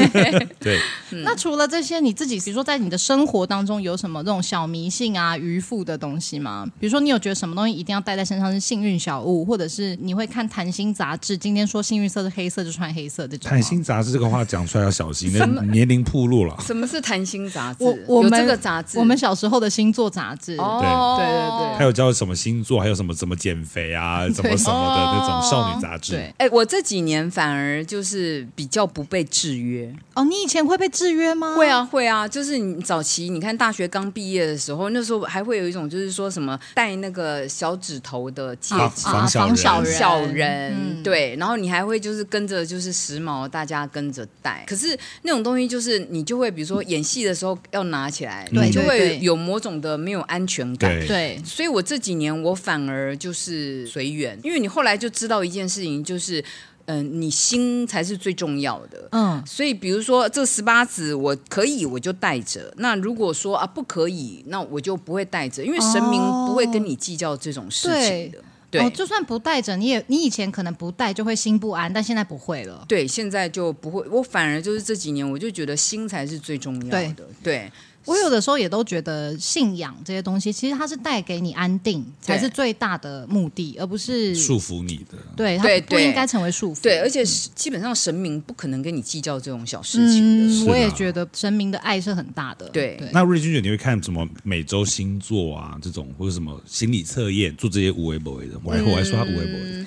Speaker 3: 对，
Speaker 4: 那除了这些，你自己比如说在你的生活当中有什么这种小迷信啊、渔夫的东西吗？比如说你有觉得什么东西一定要带在身上是幸运小物，或者是你会看谈心杂志，今天说幸运色是黑色就穿黑色这种吗？
Speaker 3: 谈心杂志这个话讲出来要小 心，那年龄铺路了。
Speaker 5: 什么是谈心杂志？
Speaker 4: 我我
Speaker 5: 有
Speaker 4: 们
Speaker 5: 这个杂志，
Speaker 4: 我们小时候的星座杂志
Speaker 5: 哦，
Speaker 4: 对对对
Speaker 3: 还有教什么星座，还有什么怎么减肥 啊，怎么什么的
Speaker 5: 哦
Speaker 3: 那种少女杂志。
Speaker 4: 哦对
Speaker 5: 哎、我这几年反而就是比较不被制约，
Speaker 4: 哦，你以前会被制约吗？
Speaker 5: 会啊，会啊，就是你早期你看大学刚毕业的时候，那时候还会有一种就是说什么戴那个小指头的戒
Speaker 3: 啊
Speaker 5: 指。
Speaker 3: 防小
Speaker 4: 防小
Speaker 3: 人
Speaker 4: 人
Speaker 5: 小人、对，然后你还会就是跟着就是时髦，大家跟着戴。可是那种东西就是你就会比如说演戏的时候要拿起来，
Speaker 4: 对
Speaker 5: 你就
Speaker 4: 对
Speaker 5: 会
Speaker 4: 对
Speaker 5: 有某种的没有安全感。
Speaker 3: 对
Speaker 4: 对，
Speaker 5: 所以我这几年我反而就是随缘，因为你后来就知道一件事情，就是嗯、你心才是最重要的。
Speaker 4: 嗯，
Speaker 5: 所以，比如说这十八子，我可以我就带着；那如果说啊不可以，那我就不会带着，因为神明
Speaker 4: 哦
Speaker 5: 不会跟你计较这种事情的。对、
Speaker 4: 哦，就算不带着，你也你以前可能不带就会心不安，但现在不会了。
Speaker 5: 对，现在就不会。我反而就是这几年，我就觉得心才是最重要的。对
Speaker 4: 我有的时候也都觉得信仰这些东西，其实它是带给你安定，才是最大的目的，而不是
Speaker 3: 束缚你的，
Speaker 4: 对，它
Speaker 5: 对
Speaker 4: 不
Speaker 5: 对
Speaker 4: 应该成为束缚。
Speaker 5: 对，而且是基本上神明不可能跟你计较这种小事情的。
Speaker 4: 嗯
Speaker 3: 是，啊
Speaker 4: 我也
Speaker 3: 啦
Speaker 4: 觉得神明的爱是很大的。
Speaker 5: 对
Speaker 3: 那瑞君姐，你会看什么每周星座啊这种，或者什么心理测验，做这些无为不为的？我还我
Speaker 4: 嗯
Speaker 3: 还说他无为不为，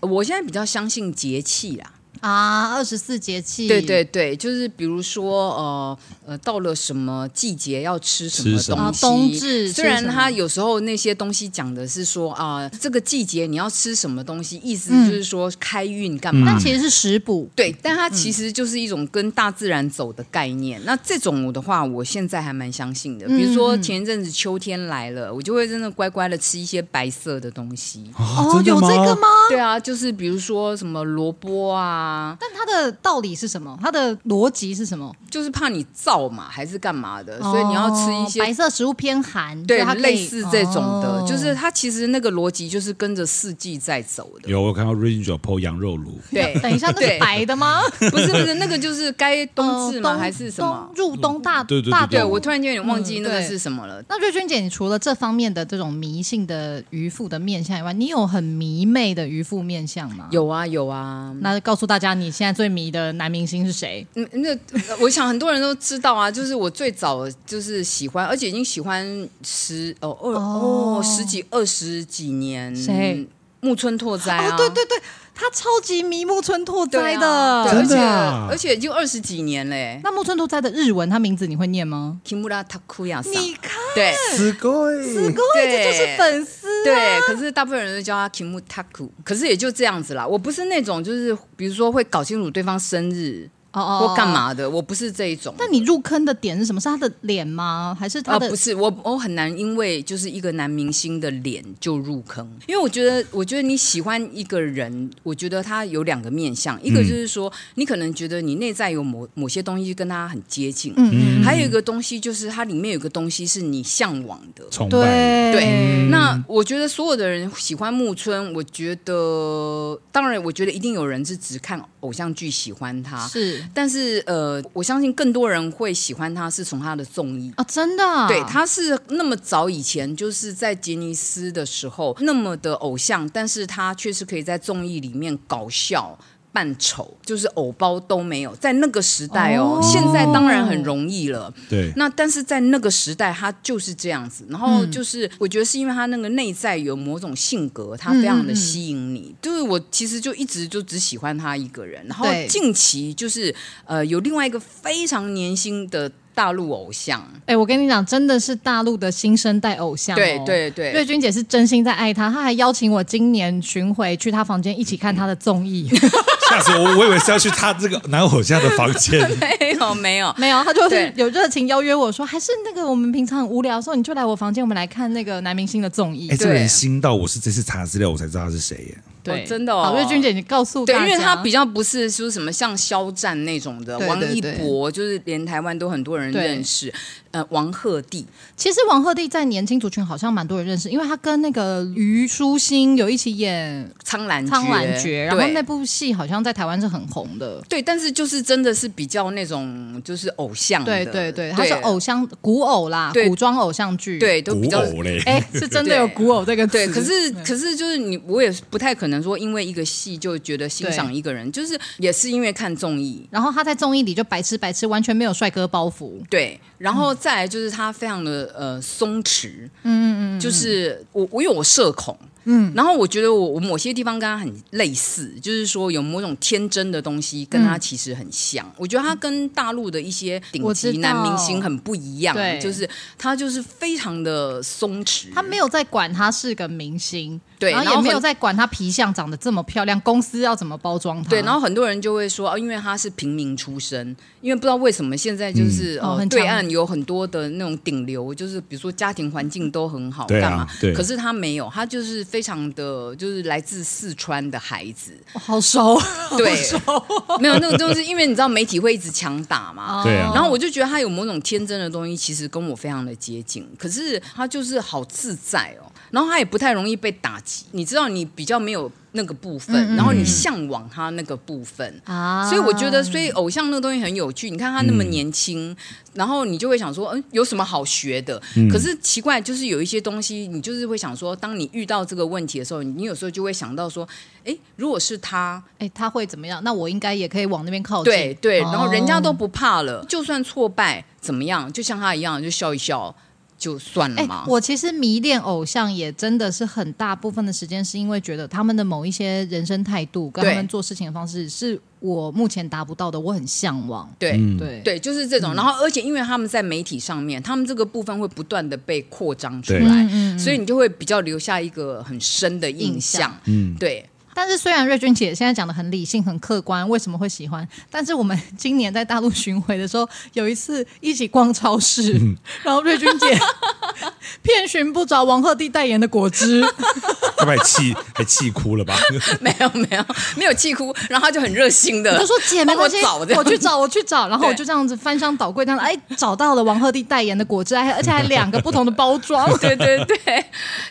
Speaker 5: 我现在比较相信节气啦。
Speaker 4: 啊，二十四节气，
Speaker 5: 对对对，就是比如说呃呃，到了什么季节要吃什么
Speaker 3: 吃什么
Speaker 5: 东西？
Speaker 4: 啊冬至吃
Speaker 5: 虽然
Speaker 4: 什么
Speaker 5: 他有时候那些东西讲的是说啊、这个季节你要吃什么东西，意思就是说开运干
Speaker 3: 嗯
Speaker 5: 嘛？
Speaker 4: 嗯但其实是嗯食补。
Speaker 5: 对，但它其实就是一种跟大自然走的概念。那这种的话，我现在还蛮相信的。比如
Speaker 4: 嗯
Speaker 5: 说前一阵子秋天来了，我就会真的乖乖的吃一些白色的东西。
Speaker 3: 啊真的
Speaker 4: 哦有这个吗？
Speaker 5: 对啊，就是比如说什么萝卜啊，啊，
Speaker 4: 但他的道理是什么？他的逻辑是什么？
Speaker 5: 就是怕你燥嘛，还是干嘛的，所以你要吃一
Speaker 4: 哦白
Speaker 5: 些。
Speaker 4: 色食物偏寒，所
Speaker 5: 对
Speaker 4: 以它，可以
Speaker 5: 类似这种的，
Speaker 4: 哦
Speaker 5: 就是它其实那个逻辑就是跟着四季在走
Speaker 4: 嗯
Speaker 5: 的。
Speaker 3: 有我看到 Range 有 PO 羊 肉炉，
Speaker 5: 对，
Speaker 4: 等一下，那是
Speaker 5: 对
Speaker 4: 白的吗？
Speaker 5: 不是不是，那个就是该冬至吗？
Speaker 4: 呃
Speaker 5: 还是什么
Speaker 4: 冬？入冬大
Speaker 3: 嗯对对
Speaker 4: 大
Speaker 3: 对
Speaker 5: 对
Speaker 3: 冬
Speaker 5: 我突然间有点忘记
Speaker 4: 嗯
Speaker 5: 那个
Speaker 4: 对
Speaker 5: 是什么了。
Speaker 4: 那瑞君姐，你除了这方面的这种迷信的渔父的面相以外，你有很迷妹的渔父面相吗？。
Speaker 5: 有啊有啊，
Speaker 4: 那告诉大家，你现在最迷的男明星是谁？
Speaker 5: 嗯，那呃我想很多人都知道啊，就是我最早就是喜欢，而且已经喜欢十哦二
Speaker 4: 哦
Speaker 5: 哦十几二十几年。
Speaker 4: 谁？
Speaker 5: 木村拓哉啊，
Speaker 4: 哦对，他超级迷木村拓
Speaker 5: 对啊，对
Speaker 3: 真
Speaker 5: 而且
Speaker 3: 的啊
Speaker 5: 而且已经二十几年嘞。
Speaker 4: 那木村拓哉的日文，他名字你会念吗？
Speaker 5: Kimura Takuya 桑，
Speaker 4: 看，
Speaker 5: 对
Speaker 3: 死鬼，
Speaker 5: 对
Speaker 4: 粉丝
Speaker 5: 对，可是大部分人都叫他 Kimu Taku，可是也就这样子啦。我不是那种就是比如说会搞清楚对方生日
Speaker 4: 哦哦，
Speaker 5: 或干？嘛的，我不是这一种。
Speaker 4: 那你入坑的点是什么？是他的脸吗？还是
Speaker 5: 啊，
Speaker 4: 他的？
Speaker 5: 不是我，我很难因为就是一个男明星的脸就入坑，因为我觉得，我觉得你喜欢一个人，我觉得他有两个面相，一个就是说，你可能觉得你内在有某某些东西跟他很接近，
Speaker 4: 嗯嗯，
Speaker 5: 还有一个东西就是它里面有一个东西是你向往的。
Speaker 3: 崇拜，
Speaker 4: 对
Speaker 5: 对，那我觉得所有的人喜欢木村，我觉得当然，我觉得一定有人是只看偶像剧喜欢他，
Speaker 4: 是
Speaker 5: 但是呃，我相信更多人会喜欢他是从他的综艺
Speaker 4: 啊，真的啊，
Speaker 5: 对，他是那么早以前，就是在杰尼斯的时候那么的偶像，但是他确实可以在综艺里面搞笑。扮丑就是偶包都没有，在那个时代哦，
Speaker 4: 哦
Speaker 5: 现在当然很容易了。
Speaker 3: 对，
Speaker 5: 那但是在那个时代，他就是这样子。然后
Speaker 4: 嗯
Speaker 5: 就是，我觉得是因为他那个内在有某种性格，他非常的吸引
Speaker 4: 嗯
Speaker 5: 你。就是我其实就一直就只喜欢他一个人。然后
Speaker 4: 对
Speaker 5: 近期就是呃，有另外一个非常年轻的大陆偶像，
Speaker 4: 哎、我跟你讲，真的是大陆的新生代偶像、哦。
Speaker 5: 对对对
Speaker 4: 瑞君姐是真心在爱他，她还邀请我今年巡回去她房间一起看她的综 艺，
Speaker 3: 吓死我！我以为是要去他这个男偶像的房 间，
Speaker 5: 没有没有，
Speaker 4: 没有，她就是
Speaker 5: 对
Speaker 4: 有热情邀约我说，还是那个我们平常很无聊的时候，你就来我房间，我们来看那个男明星的综艺。
Speaker 3: 哎，这
Speaker 5: 对
Speaker 3: 个人新到我是这次查资料我才知道他是谁耶。
Speaker 4: 对、
Speaker 5: 哦真的哦
Speaker 4: 好，瑞君姐，你告诉
Speaker 5: 对，
Speaker 4: 大
Speaker 5: 因
Speaker 4: 家
Speaker 5: 为他比较不是说什么像肖战那种的，
Speaker 4: 对对
Speaker 5: 王一
Speaker 4: 对
Speaker 5: 博就是连台湾都很多人
Speaker 4: 对
Speaker 5: 认识，呃，王鹤棣，
Speaker 4: 其实王鹤棣在年轻族群好像蛮多人认识，因为他跟那个虞书欣有一起演
Speaker 5: 《苍兰
Speaker 4: 《苍兰诀
Speaker 5: 诀》，》，
Speaker 4: 然后
Speaker 5: 对
Speaker 4: 那部戏好像在台湾是很红的。
Speaker 5: 对，但是就是真的是比较那种就是偶像的，
Speaker 4: 对对对，他是偶像古偶啦，
Speaker 5: 对
Speaker 4: 古装偶像剧。
Speaker 5: 对，都
Speaker 3: 古
Speaker 5: 比较。
Speaker 3: 偶嘞，
Speaker 4: 哎，是真的有
Speaker 5: 对
Speaker 4: 古偶这个词。
Speaker 5: 对，可是可是就是你，我也不太可能说因为一个戏就觉得欣赏
Speaker 4: 对
Speaker 5: 一个人，就是也是因为看综艺，
Speaker 4: 然后他在综艺里就白痴白痴，完全没有帅哥包袱。
Speaker 5: 对，然后再来就是他非常的呃松弛，嗯嗯嗯就是我我有我社恐，嗯，然后我觉得我我某些地方跟他很类似，就是说有某种天真的东西跟他其实很像，我觉得他跟大陆的一些顶
Speaker 4: 我知
Speaker 5: 级男明
Speaker 4: 道
Speaker 5: 星很不一样
Speaker 4: 对，
Speaker 5: 就是他就是非常的松弛，
Speaker 4: 他没有在管他是个明星，
Speaker 5: 对
Speaker 4: 然
Speaker 5: 然
Speaker 4: 后
Speaker 5: 后
Speaker 4: 也
Speaker 5: 很
Speaker 4: 没有在管他皮相长得这么漂亮，公司要怎么包装他。
Speaker 5: 对，然后很多人就会说，哦、因为他是平民出身，因为不知道为什么现在就是、
Speaker 4: 哦
Speaker 5: 呃、
Speaker 4: 很
Speaker 5: 对
Speaker 4: 常
Speaker 5: 岸有很多的那种顶流，就是比如说家庭环境都很好，
Speaker 3: 对啊
Speaker 5: 干嘛？
Speaker 3: 对
Speaker 5: 可是他没有，他就是非常的，就是来自四川的孩子，
Speaker 4: 哦 好熟，
Speaker 5: 对，没有那个就是因为你知道媒体会一直强打嘛。
Speaker 4: 哦
Speaker 3: 对啊
Speaker 5: 然后我就觉得他有某种天真的东西，其实跟我非常的接近。可是他就是好自在哦，然后他也不太容易被打击。你知道，你比较没有那个部分，然后你向往他那个部分，
Speaker 4: 啊
Speaker 5: 所以我觉得，所以偶像那个东西很有趣。你看他那么
Speaker 3: 嗯
Speaker 5: 年轻，然后你就会想说，嗯，有什么好学的？
Speaker 3: 嗯
Speaker 5: 可是奇怪，就是有一些东西，你就是会想说，当你遇到这个问题的时候，你有时候就会想到说，哎，如果是他，
Speaker 4: 哎，他会怎么样？那我应该也可以往那边靠近。
Speaker 5: 对对，然后人家都
Speaker 4: 哦。
Speaker 5: 不怕了，就算挫败怎么样，就像他一样，就笑一笑就算了
Speaker 4: 哎
Speaker 5: 嘛，。
Speaker 4: 我其实迷恋偶像也真的是很大部分的时间，是因为觉得他们的某一些人生态度跟他
Speaker 5: 对
Speaker 4: 们做事情的方式，是我目前达不到的，我很向往。
Speaker 5: 对、
Speaker 4: 对
Speaker 5: 对，就是这
Speaker 4: 嗯
Speaker 5: 种。然后，而且因为他们在媒体上面，他们这个部分会不断的被扩张出
Speaker 3: 对
Speaker 4: 嗯
Speaker 5: 来，所以你就会比较留下一个很深的印象。嗯，对。
Speaker 4: 但是虽然瑞君姐现在讲的很理性、很客观，为什么会喜欢？但是我们今年在大陆巡回的时候，有一次一起逛超市，
Speaker 5: 嗯
Speaker 4: 然后瑞君 姐遍寻不着王鹤棣代言的果 汁，
Speaker 3: 要不然气 还气哭了吧？
Speaker 5: 没有没有没有气哭，然后他就很热心的，
Speaker 4: 我就说姐没
Speaker 5: 帮我
Speaker 4: 关系，
Speaker 5: 找的，
Speaker 4: 我去找，我去找，然后我
Speaker 5: 对
Speaker 4: 就这样子翻箱倒柜，这样哎找到了王鹤棣代言的果汁，还而且还两个不同的包 装。
Speaker 5: 对对对，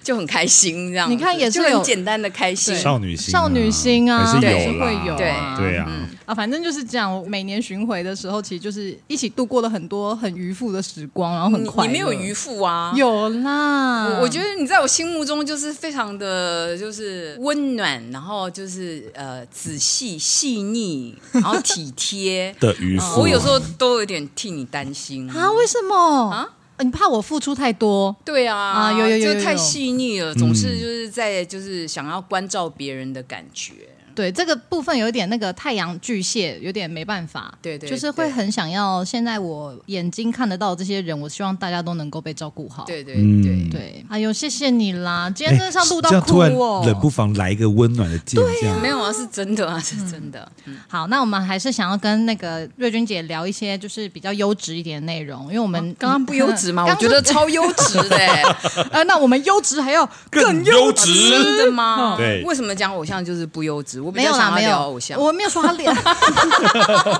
Speaker 5: 就很开心这样子。
Speaker 4: 你看也是
Speaker 5: 就很
Speaker 4: 有
Speaker 5: 简单的开心，
Speaker 4: 对
Speaker 3: 少女心、
Speaker 4: 少女心啊
Speaker 3: 还是
Speaker 5: 对
Speaker 3: 有啦，
Speaker 4: 会有啊
Speaker 3: 对啊，。
Speaker 4: 啊，反正就是这样。我每年巡回的时候，其实就是一起度过了很多很渔夫的时光，然后很
Speaker 5: 你
Speaker 4: 快
Speaker 5: 嗯你
Speaker 4: 乐。
Speaker 5: 没有渔夫啊？
Speaker 4: 有啦，
Speaker 5: 我我觉得你在我心目中就是非常的，就是温暖，然后就是呃仔细细腻，然后体 贴嗯
Speaker 3: 的渔夫，
Speaker 5: 我有时候都有点替你担心
Speaker 4: 哦啊，为什么
Speaker 5: 啊
Speaker 4: 啊？你怕我付出太多？
Speaker 5: 对啊，
Speaker 4: 啊有有有
Speaker 5: 就
Speaker 4: 有嗯
Speaker 5: 太
Speaker 4: 有
Speaker 5: 细腻了，总是就是在就是想要关照别人的感觉。
Speaker 4: 对这个部分有一点那个太阳巨蟹，有点没办法。
Speaker 5: 对对
Speaker 4: 就是会
Speaker 5: 对
Speaker 4: 很想要。现在我眼睛看得到这些人，我希望大家都能够被照顾好。
Speaker 5: 对对
Speaker 3: 嗯
Speaker 5: 对，
Speaker 4: 对，哎呦，谢谢你啦！今
Speaker 3: 哎
Speaker 4: 天真的是要录到
Speaker 3: 这样
Speaker 4: 哭
Speaker 3: 突然
Speaker 4: 哦。
Speaker 3: 冷不防来一个温暖的箭，这样
Speaker 5: 没有啊，是真的啊，是真的。嗯
Speaker 4: 好，那我们还是想要跟那个瑞君姐聊一些就是比较优质一点的内容，因为我们
Speaker 5: 啊刚刚不优质吗？我
Speaker 4: 刚
Speaker 5: 觉得超优质 的欸，
Speaker 4: 呃，那我们优质还要
Speaker 3: 更优
Speaker 5: 真
Speaker 3: 质。
Speaker 5: 的吗？
Speaker 3: 对
Speaker 5: 为什么讲偶像就是不优质？我比
Speaker 4: 没有
Speaker 5: 较
Speaker 4: 啦，
Speaker 5: 想要
Speaker 4: 没有
Speaker 5: 聊偶像。
Speaker 4: 我没有说他脸。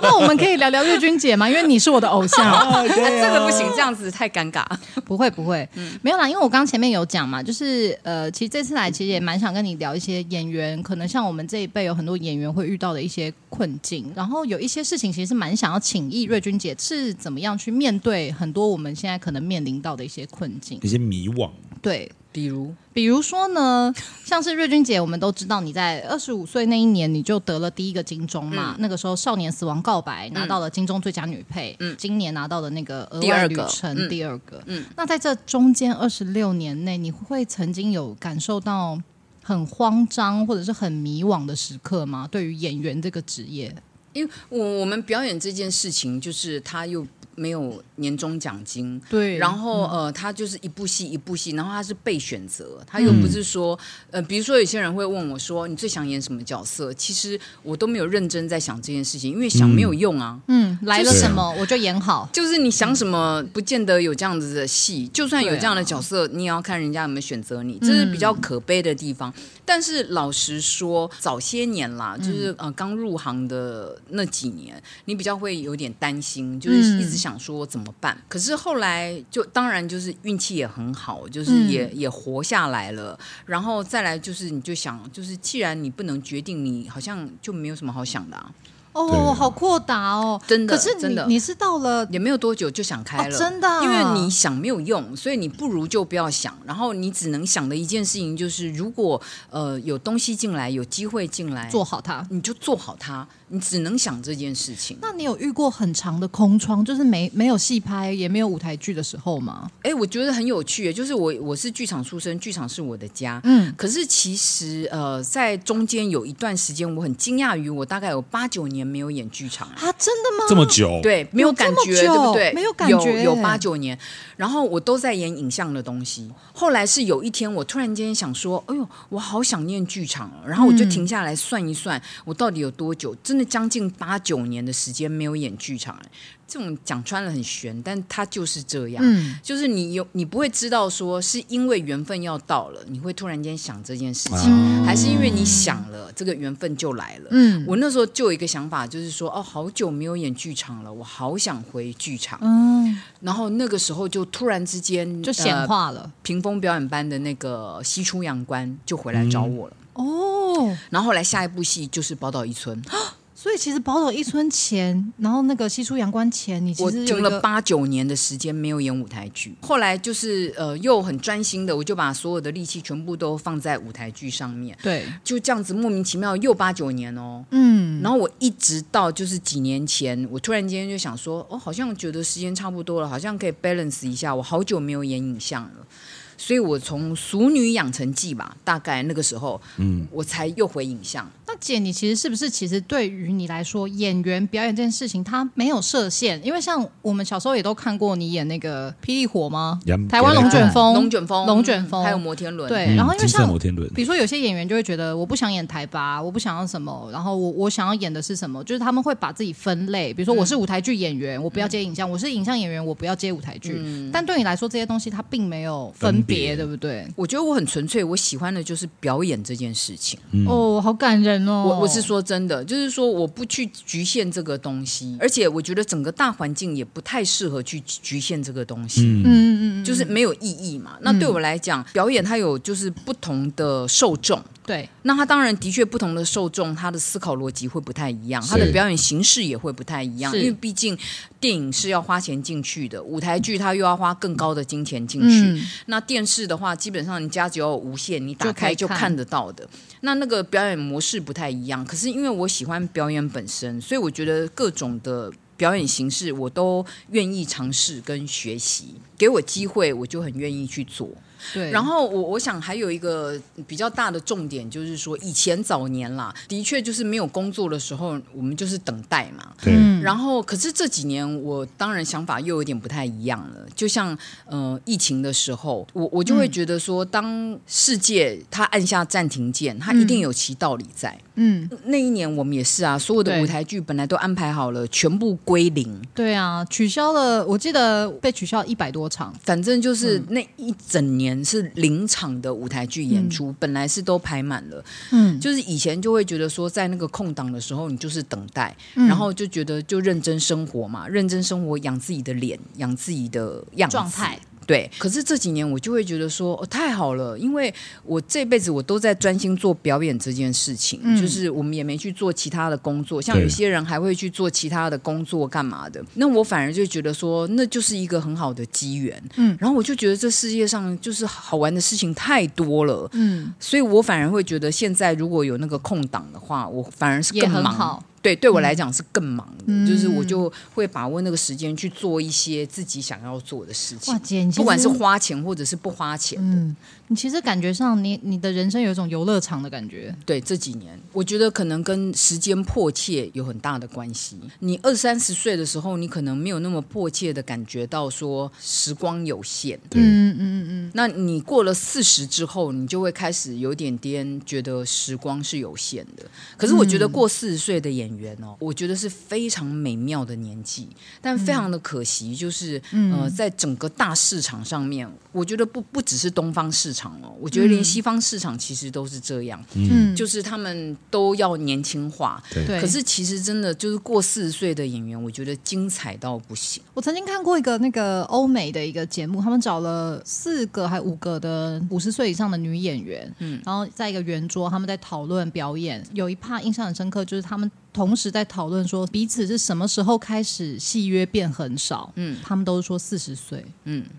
Speaker 4: 那我们可以聊聊瑞君姐吗？因为你是我的偶
Speaker 5: 哦
Speaker 4: 像。
Speaker 3: 啊对啊
Speaker 5: 这个不行，这样子太尴尬。
Speaker 4: 不会不会，
Speaker 5: 嗯
Speaker 4: 没有啦，因为我刚前面有讲嘛，就是呃，其实这次来其实也蛮想跟你聊一些演员，可能像我们这一辈有很多演员会遇到的一些困境，然后有一些事情其实蛮想要请益瑞君姐是怎么样去面对很多我们现在可能面临到的一些困境。
Speaker 3: 一些迷惘，
Speaker 4: 对，
Speaker 5: 比如，
Speaker 4: 比如说呢，像是瑞君姐，我们都知道你在二十五岁那一年你就得了第一个金钟
Speaker 5: 嗯
Speaker 4: 嘛，那个时候《少年死亡告白》拿到了金钟最佳女配，今年拿到的那个额
Speaker 5: 第
Speaker 4: 外
Speaker 5: 二
Speaker 4: 旅
Speaker 5: 个
Speaker 4: 程
Speaker 5: 嗯
Speaker 4: 第二个，那在这中间二十六年内，你会曾经有感受到很慌张或者是很迷惘的时刻吗？对于演员这个职业，
Speaker 5: 因为我我们表演这件事情，就是他又没有年终奖金，
Speaker 4: 对
Speaker 5: 然后呃，他就是一部戏一部戏，然后他是被选择，他又不是说、呃，比如说有些人会问我说，你最想演什么角色？其实我都没有认真在想这件事情，因为想没有用啊。
Speaker 4: 嗯，来了
Speaker 3: 就是
Speaker 4: 什么我就演好，
Speaker 5: 就是你想什么，不见得有这样子的戏。就算有
Speaker 4: 对啊
Speaker 5: 这样的角色，你也要看人家有没有选择你，这是比较可悲的地方。但是老实说，早些年啦，就是呃刚入行的那几年，你比较会有点担心，就是一直想说怎么办。可是后来就当然就是运气也很好，就是也、也活下来了。然后再来就是你就想，就是既然你不能决定，你好像就没有什么好想的啊。
Speaker 4: 哦，好扩大哦，
Speaker 5: 真的
Speaker 4: 可是
Speaker 5: 真的
Speaker 4: 你你是到了
Speaker 5: 也没有多久就想开了，
Speaker 4: 哦真的啊
Speaker 5: 因为你想没有用，所以你不如就不要想。然后你只能想的一件事情就是，如果呃有东西进来，有机会进来，
Speaker 4: 做好它，
Speaker 5: 你就做好它。你只能想这件事情。
Speaker 4: 那你有遇过很长的空窗，就是没没有戏拍，也没有舞台剧的时候吗？
Speaker 5: 哎，我觉得很有趣耶，就是我我是剧场出身，剧场是我的家。
Speaker 4: 嗯，
Speaker 5: 可是其实呃，在中间有一段时间，我很惊讶于我大概有八九年没有演剧场了。
Speaker 4: 啊，真的吗？
Speaker 3: 这么
Speaker 4: 嗯
Speaker 3: 久，
Speaker 5: 对，没有感觉，
Speaker 4: 有这么久
Speaker 5: 对不对？
Speaker 4: 没有感觉
Speaker 5: 有有八九年，然后我都在演影像的东西。后来是有一天，我突然间想说，哎呦，我好想念剧场哦，然后我就停下来算一算，我到底有多久？真的将近八九年的时间没有演剧场了。这种讲穿了很悬，但它就是这样，
Speaker 4: 嗯
Speaker 5: 就是你有你不会知道说是因为缘分要到了，你会突然间想这件事情，还是因为你想了，这个缘分就来了。
Speaker 4: 啊嗯
Speaker 5: 我那时候就有一个想法，就是说，哦，好久没有演剧场了，我好想回剧场。
Speaker 4: 嗯，
Speaker 5: 然后那个时候就突然之间
Speaker 4: 就显、
Speaker 5: 呃
Speaker 4: 化了、
Speaker 5: 屏风表演班的那个西出阳关就回来找我了。
Speaker 4: 哦。
Speaker 5: 然后后来下一部戏就是《宝岛一村》，
Speaker 4: 所以其实宝岛一村前，然后那个西出阳关前，你其
Speaker 5: 我
Speaker 4: 实有
Speaker 5: 停
Speaker 4: 一
Speaker 5: 了
Speaker 4: 个
Speaker 5: 八九年的时间没有演舞台剧。后来就是呃，又很专心的，我就把所有的力气全部都放在舞台剧上面，
Speaker 4: 对，
Speaker 5: 就这样子莫名其妙又八九年哦。
Speaker 4: 嗯，
Speaker 5: 然后我一直到就是几年前，我突然间就想说，哦，好像觉得时间差不多了，好像可以 balance 一下。我好久没有演影像了，所以我从《俗女养成记》吧，大概那个时候，嗯，我才又回影像。
Speaker 4: 那姐，你其实是不是其实对于你来说，演员表演这件事情，它没有设限？因为像我们小时候也都看过你演那个《霹雳火》吗
Speaker 3: Yum，？
Speaker 4: 台湾龙卷风，
Speaker 5: 龙卷风，
Speaker 4: 龙卷风，
Speaker 5: 还有摩天轮，
Speaker 4: 对，
Speaker 3: 嗯
Speaker 4: 然后因为
Speaker 3: 金色
Speaker 4: 像
Speaker 3: 摩天轮
Speaker 4: 比如说有些演员就会觉得我不想演台吧，我不想要什么，然后我我想要演的是什么，就是他们会把自己分类，比如说我是舞台剧演员，我不要接影像；我是影像演员，我不要接舞台剧。但对你来说，这些东西它并没有分
Speaker 3: 分
Speaker 4: 别，
Speaker 3: 别
Speaker 4: 对不对？
Speaker 5: 我觉得我很纯粹，我喜欢的就是表演这件事情。
Speaker 4: 哦，好感人哦！
Speaker 5: 我我是说真的，就是说我不去局限这个东西，而且我觉得整个大环境也不太适合去局限这个东西。
Speaker 4: 嗯，嗯嗯嗯，
Speaker 5: 就是没有意义嘛。那对我来讲，表演它有就是不同的受众。
Speaker 4: 对，
Speaker 5: 那他当然的确不同的受众，他的思考逻辑会不太一样，
Speaker 3: 是
Speaker 5: 他的表演形式也会不太一样，
Speaker 4: 是
Speaker 5: 因为毕竟电影是要花钱进去的，舞台剧它又要花更高的金钱进去。
Speaker 4: 嗯
Speaker 5: 那电视的话，基本上你家只要有无线，你打
Speaker 4: 就可以
Speaker 5: 开就
Speaker 4: 看
Speaker 5: 看得到的。那那个表演模式不太一样，可是因为我喜欢表演本身，所以我觉得各种的表演形式我都愿意尝试跟学习。给我机会，我就很愿意去做。
Speaker 4: 对，
Speaker 5: 然后我我想还有一个比较大的重点就是说，以前早年啦，的确就是没有工作的时候，我们就是等待嘛。
Speaker 3: 对，
Speaker 4: 嗯
Speaker 5: 然后，可是这几年我当然想法又有点不太一样了。就像呃疫情的时候，我我就会觉得说，当世界它按下暂停键，它一定有其道理在。
Speaker 4: 嗯，
Speaker 5: 那一年我们也是啊，所有的
Speaker 4: 对
Speaker 5: 舞台剧本来都安排好了，全部归零。
Speaker 4: 对啊，取消了，我记得被取消一百多场，
Speaker 5: 反正
Speaker 4: 嗯
Speaker 5: 就是那一整年是零场的舞台剧演出，本来是都排满了。
Speaker 4: 嗯，
Speaker 5: 就是以前就会觉得说，在那个空档的时候，你就是等待，
Speaker 4: 嗯
Speaker 5: 然后就觉得就认真生活嘛，认真生活养自己的脸，养自己的样子
Speaker 4: 状态。
Speaker 5: 对，可是这几年我就会觉得说，哦，太好了，因为我这辈子我都在专心做表演这件事情，
Speaker 4: 嗯
Speaker 5: 就是我们也没去做其他的工作，像
Speaker 3: 对
Speaker 5: 有些人还会去做其他的工作干嘛的，那我反而就觉得说，那就是一个很好的机缘，
Speaker 4: 嗯
Speaker 5: 嗯，然后我就觉得这世界上就是好玩的事情太多了，
Speaker 4: 嗯，
Speaker 5: 所以我反而会觉得现在如果有那个空档的话，我反而是
Speaker 4: 也
Speaker 5: 更
Speaker 4: 很
Speaker 5: 忙，
Speaker 4: 好，
Speaker 5: 对，对我来讲是更忙的，
Speaker 4: 嗯
Speaker 5: 就是我就会把握那个时间去做一些自己想要做的事情
Speaker 4: 哇，。姐，你其
Speaker 5: 不管
Speaker 4: 实
Speaker 5: 是花钱或者是不花钱，
Speaker 4: 嗯，你其实感觉上你，你的人生有一种游乐场的感觉。
Speaker 5: 对这几年，我觉得可能跟时间迫切有很大的关系。你二三十岁的时候，你可能没有那么迫切的感觉到说时光有限。
Speaker 3: 对
Speaker 4: 嗯嗯嗯，
Speaker 5: 那你过了四十之后，你就会开始有点点觉得时光是有限的。可是我觉得
Speaker 4: 嗯
Speaker 5: 过四十岁的演员哦，我觉得是非常美妙的年纪，但非常的可惜，就是、
Speaker 4: 嗯
Speaker 5: 呃，在整个大市场上面，我觉得不不只是东方市场哦，我觉得连西方市场其实都是这样，
Speaker 4: 嗯
Speaker 5: 就是他们都要年轻化。
Speaker 4: 对。
Speaker 5: 可是其实真的就是过四十岁的演员，我觉得精彩到不行。
Speaker 4: 我曾经看过一个那个欧美的一个节目，他们找了四个还五个的五十岁以上的女演员，嗯，然后在一个圆桌，他们在讨论表演。有一趴印象很深刻，就是他们同时在讨论说彼此是什么时候开始戏约变很少，嗯，他们都是说四十岁，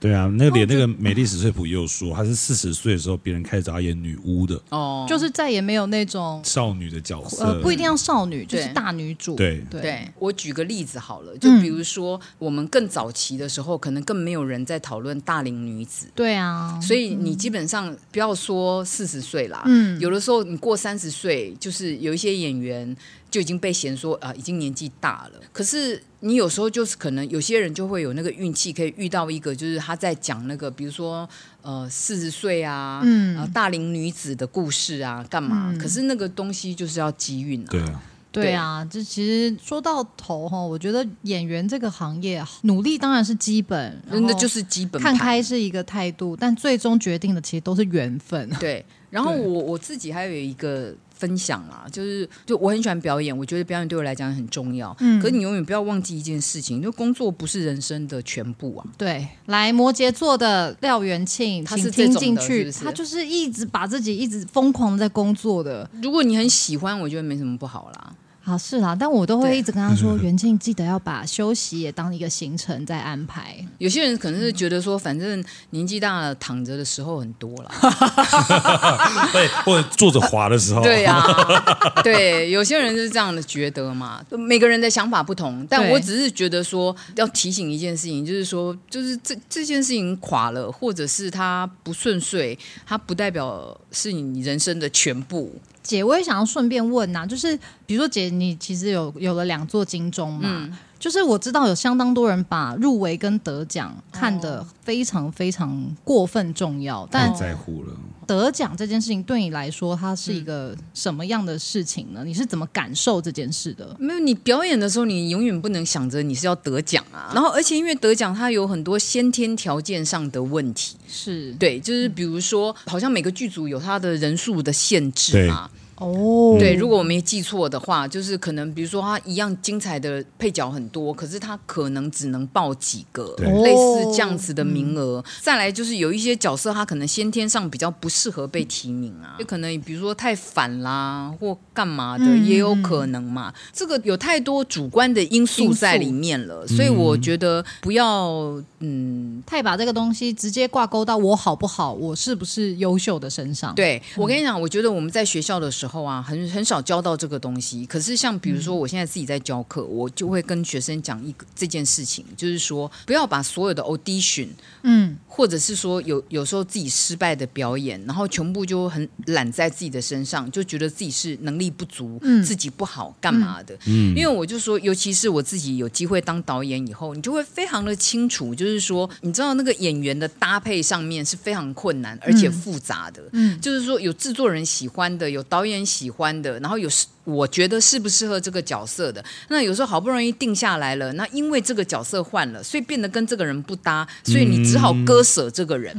Speaker 3: 对啊，那个连那个美丽史翠普也有说，她是四十岁的时候，别人开始找她演女巫的
Speaker 5: 哦，
Speaker 4: 就是再也没有那种
Speaker 3: 少女的角
Speaker 4: 呃
Speaker 3: 色，
Speaker 4: 不一定要少女，就
Speaker 5: 对
Speaker 4: 是大女主，
Speaker 3: 对
Speaker 4: 对
Speaker 5: 对我举个例子好了，就比如说、我们更早期的时候，可能更没有人在讨论大龄女子。
Speaker 4: 对啊，
Speaker 5: 所以你基本上不要说四十岁啦，
Speaker 4: 嗯
Speaker 5: 有的时候你过三十岁，就是有一些演员就已经被嫌说啊、已经年纪大了。可是你有时候就是可能有些人就会有那个运气，可以遇到一个就是他在讲那个，比如说呃四十岁啊，
Speaker 4: 嗯
Speaker 5: 呃大龄女子的故事啊，干嘛？可是那个东西就是要机运啊，
Speaker 3: 对啊，
Speaker 4: 对啊，这其实说到头哈，我觉得演员这个行业努力当然是基本，然后
Speaker 5: 那就是基本
Speaker 4: 看
Speaker 5: 盘
Speaker 4: 开是一个态度，但最终决定的其实都是缘 分。
Speaker 5: 对，然后
Speaker 4: 对
Speaker 5: 我我自己还有一个分享啦，就是就我很喜欢表演，我觉得表演对我来讲很重要。嗯，可是你永远不要忘记一件事情，就工作不是人生的全部啊。
Speaker 4: 对，来摩羯座的廖元庆，
Speaker 5: 他
Speaker 4: 请
Speaker 5: 是这
Speaker 4: 听
Speaker 5: 种
Speaker 4: 进
Speaker 5: 的
Speaker 4: 去，
Speaker 5: 是不是
Speaker 4: 他就是一直把自己一直疯狂地在工作的。
Speaker 5: 如果你很喜欢，我觉得没什么不好啦。
Speaker 4: 好是啦，但我都会
Speaker 5: 对
Speaker 4: 一直跟他说，元庆记得要把休息也当一个行程在安排。
Speaker 5: 有些人可能是觉得说，反正年纪大了，躺着的时候很多啦。
Speaker 3: 对，哎或者坐着滑的时候，
Speaker 4: 啊
Speaker 5: 对呀、 对，有些人是这样的觉得嘛，每个人的想法不同，但
Speaker 4: 对
Speaker 5: 我只是觉得说要提醒一件事情，就是说，就是这这件事情垮了，或者是它不顺遂，它不代表是你人生的全部。
Speaker 4: 姐，我也想要顺便问呐、就是比如说姐，你其实有有了两座金钟嘛，
Speaker 5: 嗯
Speaker 4: 就是我知道有相当多人把入围跟得奖看
Speaker 5: 哦
Speaker 4: 得非常非常过分重要，但
Speaker 3: 太在乎了。
Speaker 4: 得奖这件事情对你来说，它是一个什么样的事情呢？你是怎么感受这件事的？
Speaker 5: 没有，你表演的时候，你永远不能想着你是要得奖啊。然后，而且因为得奖，它有很多先天条件上的问题。
Speaker 4: 是嗯
Speaker 5: 对，就是比如说，好像每个剧组有它的人数的限制嘛。
Speaker 4: 哦，
Speaker 5: 对，如果我没记错的话，就是可能比如说他一样精彩的配角很多，可是他可能只能报几个
Speaker 3: 对
Speaker 5: 类似这样子的名额。
Speaker 4: 哦嗯
Speaker 5: 再来就是有一些角色他可能先天上比较不适合被提名
Speaker 4: 嗯
Speaker 5: 啊，就可能比如说太反啦或干嘛的、
Speaker 4: 嗯
Speaker 5: 也有可能嘛。这个有太多主观的因素在里面了，所以我觉得不要嗯
Speaker 4: 太把这个东西直接挂钩到我好不好，我是不是优秀的身上。，
Speaker 5: 对我跟你讲，我觉得我们在学校的时候啊，很很少教到这个东西。可是像比如说，我现在自己在教课，我就会跟学生讲一个这件事情，就是说不要把所有的 audition，
Speaker 4: 嗯，
Speaker 5: 或者是说有有时候自己失败的表演，然后全部就很揽在自己的身上，就觉得自己是能力不足，
Speaker 4: 嗯
Speaker 5: 自己不好干嘛的。因为我就说，尤其是我自己有机会当导演以后，你就会非常的清楚，就是说，你知道那个演员的搭配上面是非常困难而且复杂的。嗯，就是说有制作人喜欢的，有导演喜欢的，然后有适我觉得适不适合这个角色的。那有时候好不容易定下来了，那因为这个角色换了，所以变得跟这个人不搭，所以你只好割舍这个人。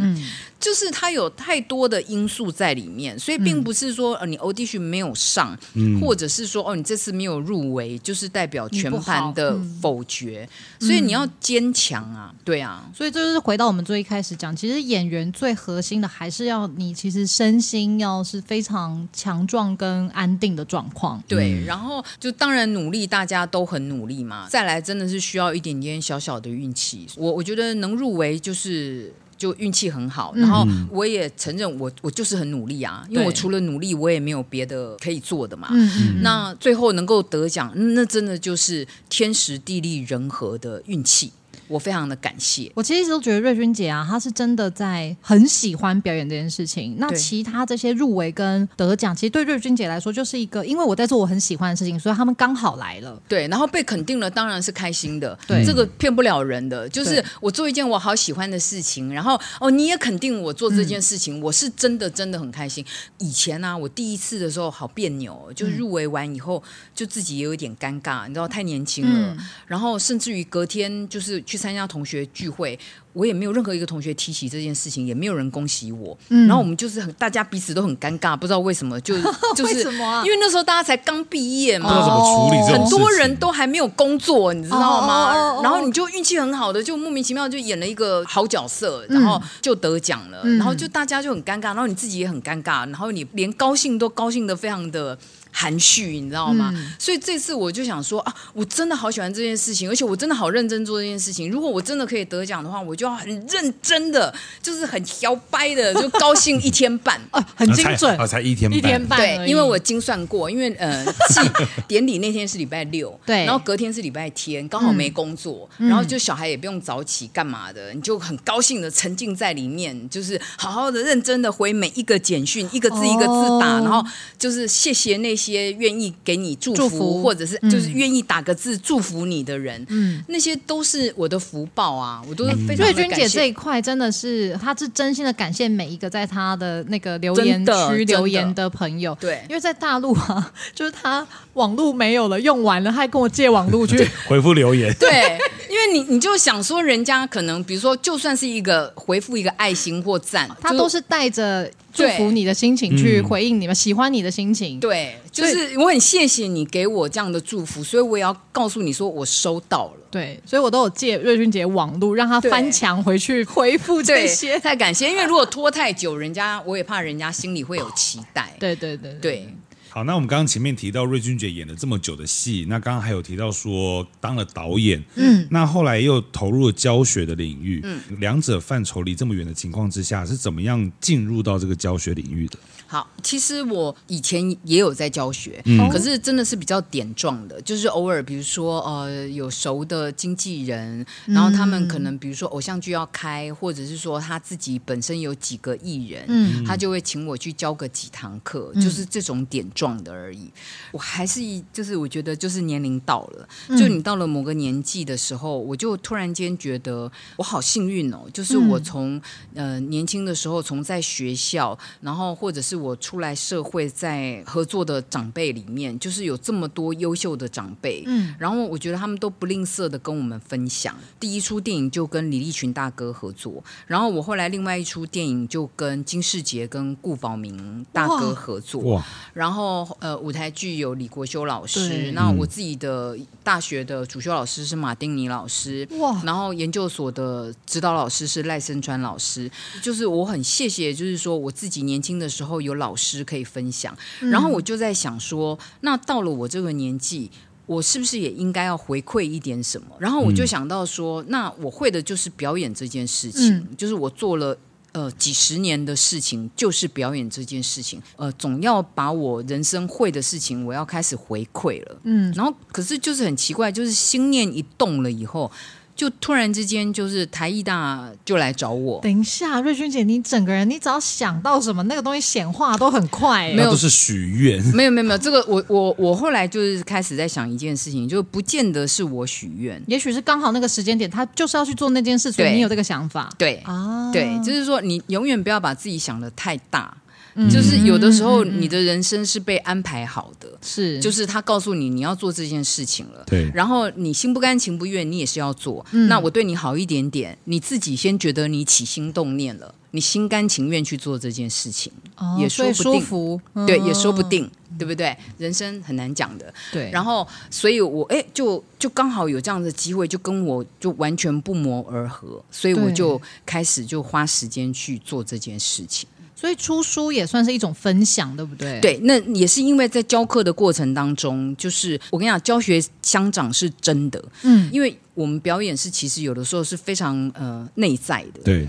Speaker 5: 就是它有太多的因素在里面，所以并不是说、呃你 audition 没有上，或者是说哦你这次没有入围，就是代表全盘的否决。所以你要坚强啊，对啊，
Speaker 4: 所以这就是回到我们最一开始讲，其实演员最核心的还是要你其实身心要是非常强壮跟安定的状况。
Speaker 5: 对。然后就当然努力，大家都很努力嘛。再来真的是需要一点点小小的运气。我我觉得能入围就是。就运气很好，然后我也承认我我就是很努力啊，因
Speaker 4: 嗯
Speaker 5: 为
Speaker 4: 对
Speaker 5: 我除了努力，我也没有别的可以做的嘛。
Speaker 4: 嗯嗯，
Speaker 5: 那最后能够得奖，那真的就是天时地利人和的运气，我非常的感谢。
Speaker 4: 我其实一直都觉得瑞君姐啊，她是真的在很喜欢表演这件事情。那
Speaker 5: 对
Speaker 4: 其他这些入围跟得奖，其实对瑞君姐来说就是一个，因为我在做我很喜欢的事情，所以他们刚好来了。
Speaker 5: 对，然后被肯定了，当然是开心的。
Speaker 4: 对
Speaker 5: 这个骗不了人的，就是
Speaker 4: 对
Speaker 5: 我做一件我好喜欢的事情，然后哦，你也肯定我做这
Speaker 4: 嗯
Speaker 5: 件事情，我是真的真的很开心。以前呢、啊，我第一次的时候好别扭哦，
Speaker 4: 嗯
Speaker 5: 就入围完以后，就自己也有一点尴尬，你知道太年轻
Speaker 4: 嗯
Speaker 5: 了，然后甚至于隔天就是去参加同学聚会。我也没有任何一个同学提起这件事情，也没有人恭喜我。
Speaker 4: 嗯
Speaker 5: 然后我们就是很，大家彼此都很尴尬，不知道为什么，就就 是
Speaker 4: 为什么啊
Speaker 5: 因为那时候大家才刚毕业嘛，
Speaker 3: 不知道怎么处理这种
Speaker 5: 很
Speaker 3: 事情，
Speaker 5: 多人都还没有工作，你知道吗？
Speaker 4: 哦哦哦哦哦
Speaker 5: 然后你就运气很好的，就莫名其妙就演了一个好角色，
Speaker 4: 嗯
Speaker 5: 然后就得奖了，然后就大家就很尴尬，然后你自己也很尴尬，然后你连高兴都高兴的非常的。含蓄，你知道吗？
Speaker 4: 嗯
Speaker 5: 所以这次我就想说啊，我真的好喜欢这件事情，而且我真的好认真做这件事情。如果我真的可以得奖的话，我就要很认真的，就是很摇掰的，就高兴一天半。
Speaker 4: 啊，很精准
Speaker 3: 啊，，才一天半，
Speaker 4: 一天半而已。
Speaker 5: 对，因为我精算过，因为 呃，祭典礼那天是礼拜六，
Speaker 4: 对嗯
Speaker 5: 然后隔天是礼拜天，刚好没工作，然后就小孩也不用早起干嘛的，你就很高兴的沉浸在里面，就是好好的认真的回每一个简讯，一个字一个字打，
Speaker 4: 哦
Speaker 5: 然后就是谢谢那些愿意给你祝福，
Speaker 4: 祝福
Speaker 5: 或者是就是愿意打个字祝福你的人，
Speaker 4: 嗯
Speaker 5: 嗯，那些都是我的福报啊，我都是非常
Speaker 4: 瑞
Speaker 5: 地
Speaker 4: 君
Speaker 5: 感
Speaker 4: 姐
Speaker 5: 谢
Speaker 4: 这一块真的是，她是真心的感谢每一个在她的那个留
Speaker 5: 真
Speaker 4: 言
Speaker 5: 的
Speaker 4: 区
Speaker 5: 真的
Speaker 4: 留言的朋友。
Speaker 5: 对
Speaker 4: 因为在大陆啊， 就是她网路没有了，用完了，她还跟我借网路 去。
Speaker 3: 回复留言，
Speaker 5: 对，因为你你就想说，人家可能比如说，就算是一个回复一个爱心或赞，
Speaker 4: 她
Speaker 5: 就
Speaker 4: 都是带着祝福你的心情去回应你们，喜欢你的心情。
Speaker 5: 对，就是我很谢谢你给我这样的祝福，所以我也要告诉你说我收到了。
Speaker 4: 对，所以我都有借瑞君姐网路，让她
Speaker 5: 对
Speaker 4: 翻墙回去回复这
Speaker 5: 对，
Speaker 4: 些。
Speaker 5: 太感谢，因为如果拖太久，人家我也怕人家心里会有期待。
Speaker 4: 对对对对，
Speaker 5: 对
Speaker 3: 好，那我们刚刚前面提到瑞君姐演了这么久的戏，那刚刚还有提到说当了导演，嗯，那后来又投入了教学的领域，嗯，两者范畴离这么远的情况之下，是怎么样进入到这个教学领域的？
Speaker 5: 好，其实我以前也有在教学，可是真的是比较点状的，就是偶尔比如说呃有熟的经纪人，然后他们可能比如说偶像剧要开，或者是说他自己本身有几个艺人，他就会请我去教个几堂课，就是这种点撞的而已。我还是一就是我觉得就是年龄到了，就你到了某个年纪的时候，我就突然间觉得我好幸运哦，就是我从、呃年轻的时候，从在学校，然后或者是我出来社会，在合作的长辈里面，就是有这么多优秀的长辈，嗯，然后我觉得他们都不吝啬的跟我们分享。第一出电影就跟李立群大哥合作，然后我后来另外一出电影就跟金世杰跟顾宝明大哥合作，
Speaker 3: 哇，
Speaker 5: 然后呃，舞台剧有李国修老
Speaker 4: 对
Speaker 5: 师，那我自己的大学的主修老师是马丁尼老师，
Speaker 4: 哇
Speaker 5: 然后研究所的指导老师是赖声川老师，就是我很谢谢，就是说我自己年轻的时候有老师可以分享，然后我就在想说，那到了我这个年纪。我是不是也应该要回馈一点什么？然后我就想到说，那我会的就是表演这件事情，就是我做了呃几十年的事情就是表演这件事情，呃，总要把我人生会的事情，我要开始回馈了。嗯，然后可是就是很奇怪，就是心念一动了以后，就突然之间就是台艺大就来找我。
Speaker 4: 等一下，瑞君姐，你整个人，你只要想到什么，那个东西显化都很快、欸。
Speaker 5: 没
Speaker 3: 那
Speaker 5: 有嗯
Speaker 3: 都是许愿，
Speaker 5: 没有没有没有，这个我我我后来就是开始在想一件事情，就不见得是我许愿，
Speaker 4: 也许是刚好那个时间点，他就是要去做那件事，所以
Speaker 5: 对
Speaker 4: 你有这个想法
Speaker 5: 对
Speaker 4: 啊。
Speaker 5: 对，就是说你永远不要把自己想的太大，
Speaker 4: 嗯
Speaker 5: 就是有的时候你的人生是被安排好的，
Speaker 4: 是，
Speaker 5: 就是是他告诉你你要做这件事情了，
Speaker 3: 对
Speaker 5: 然后你心不甘情不愿，你也是要做。
Speaker 4: 嗯
Speaker 5: 那我对你好一点点，你自己先觉得你起心动念了，你心甘情愿去做这件事情，
Speaker 4: 哦
Speaker 5: 也
Speaker 4: 所
Speaker 5: 说
Speaker 4: 以
Speaker 5: 不
Speaker 4: 舒
Speaker 5: 定，
Speaker 4: 服，
Speaker 5: 对，
Speaker 4: 嗯
Speaker 5: 也说不定，对不对？人生很难讲的。
Speaker 4: 对。
Speaker 5: 然后，所以我哎，就就刚好有这样的机会，就跟我就完全不谋而合，所以我
Speaker 4: 对
Speaker 5: 就开始就花时间去做这件事情。
Speaker 4: 所以出书也算是一种分享，对不对？，
Speaker 5: 对，那也是因为在教课的过程当中，就是我跟你讲，教学相长是真的，
Speaker 4: 嗯，
Speaker 5: 因为我们表演是其实有的时候是非常呃内在 的，
Speaker 3: 对，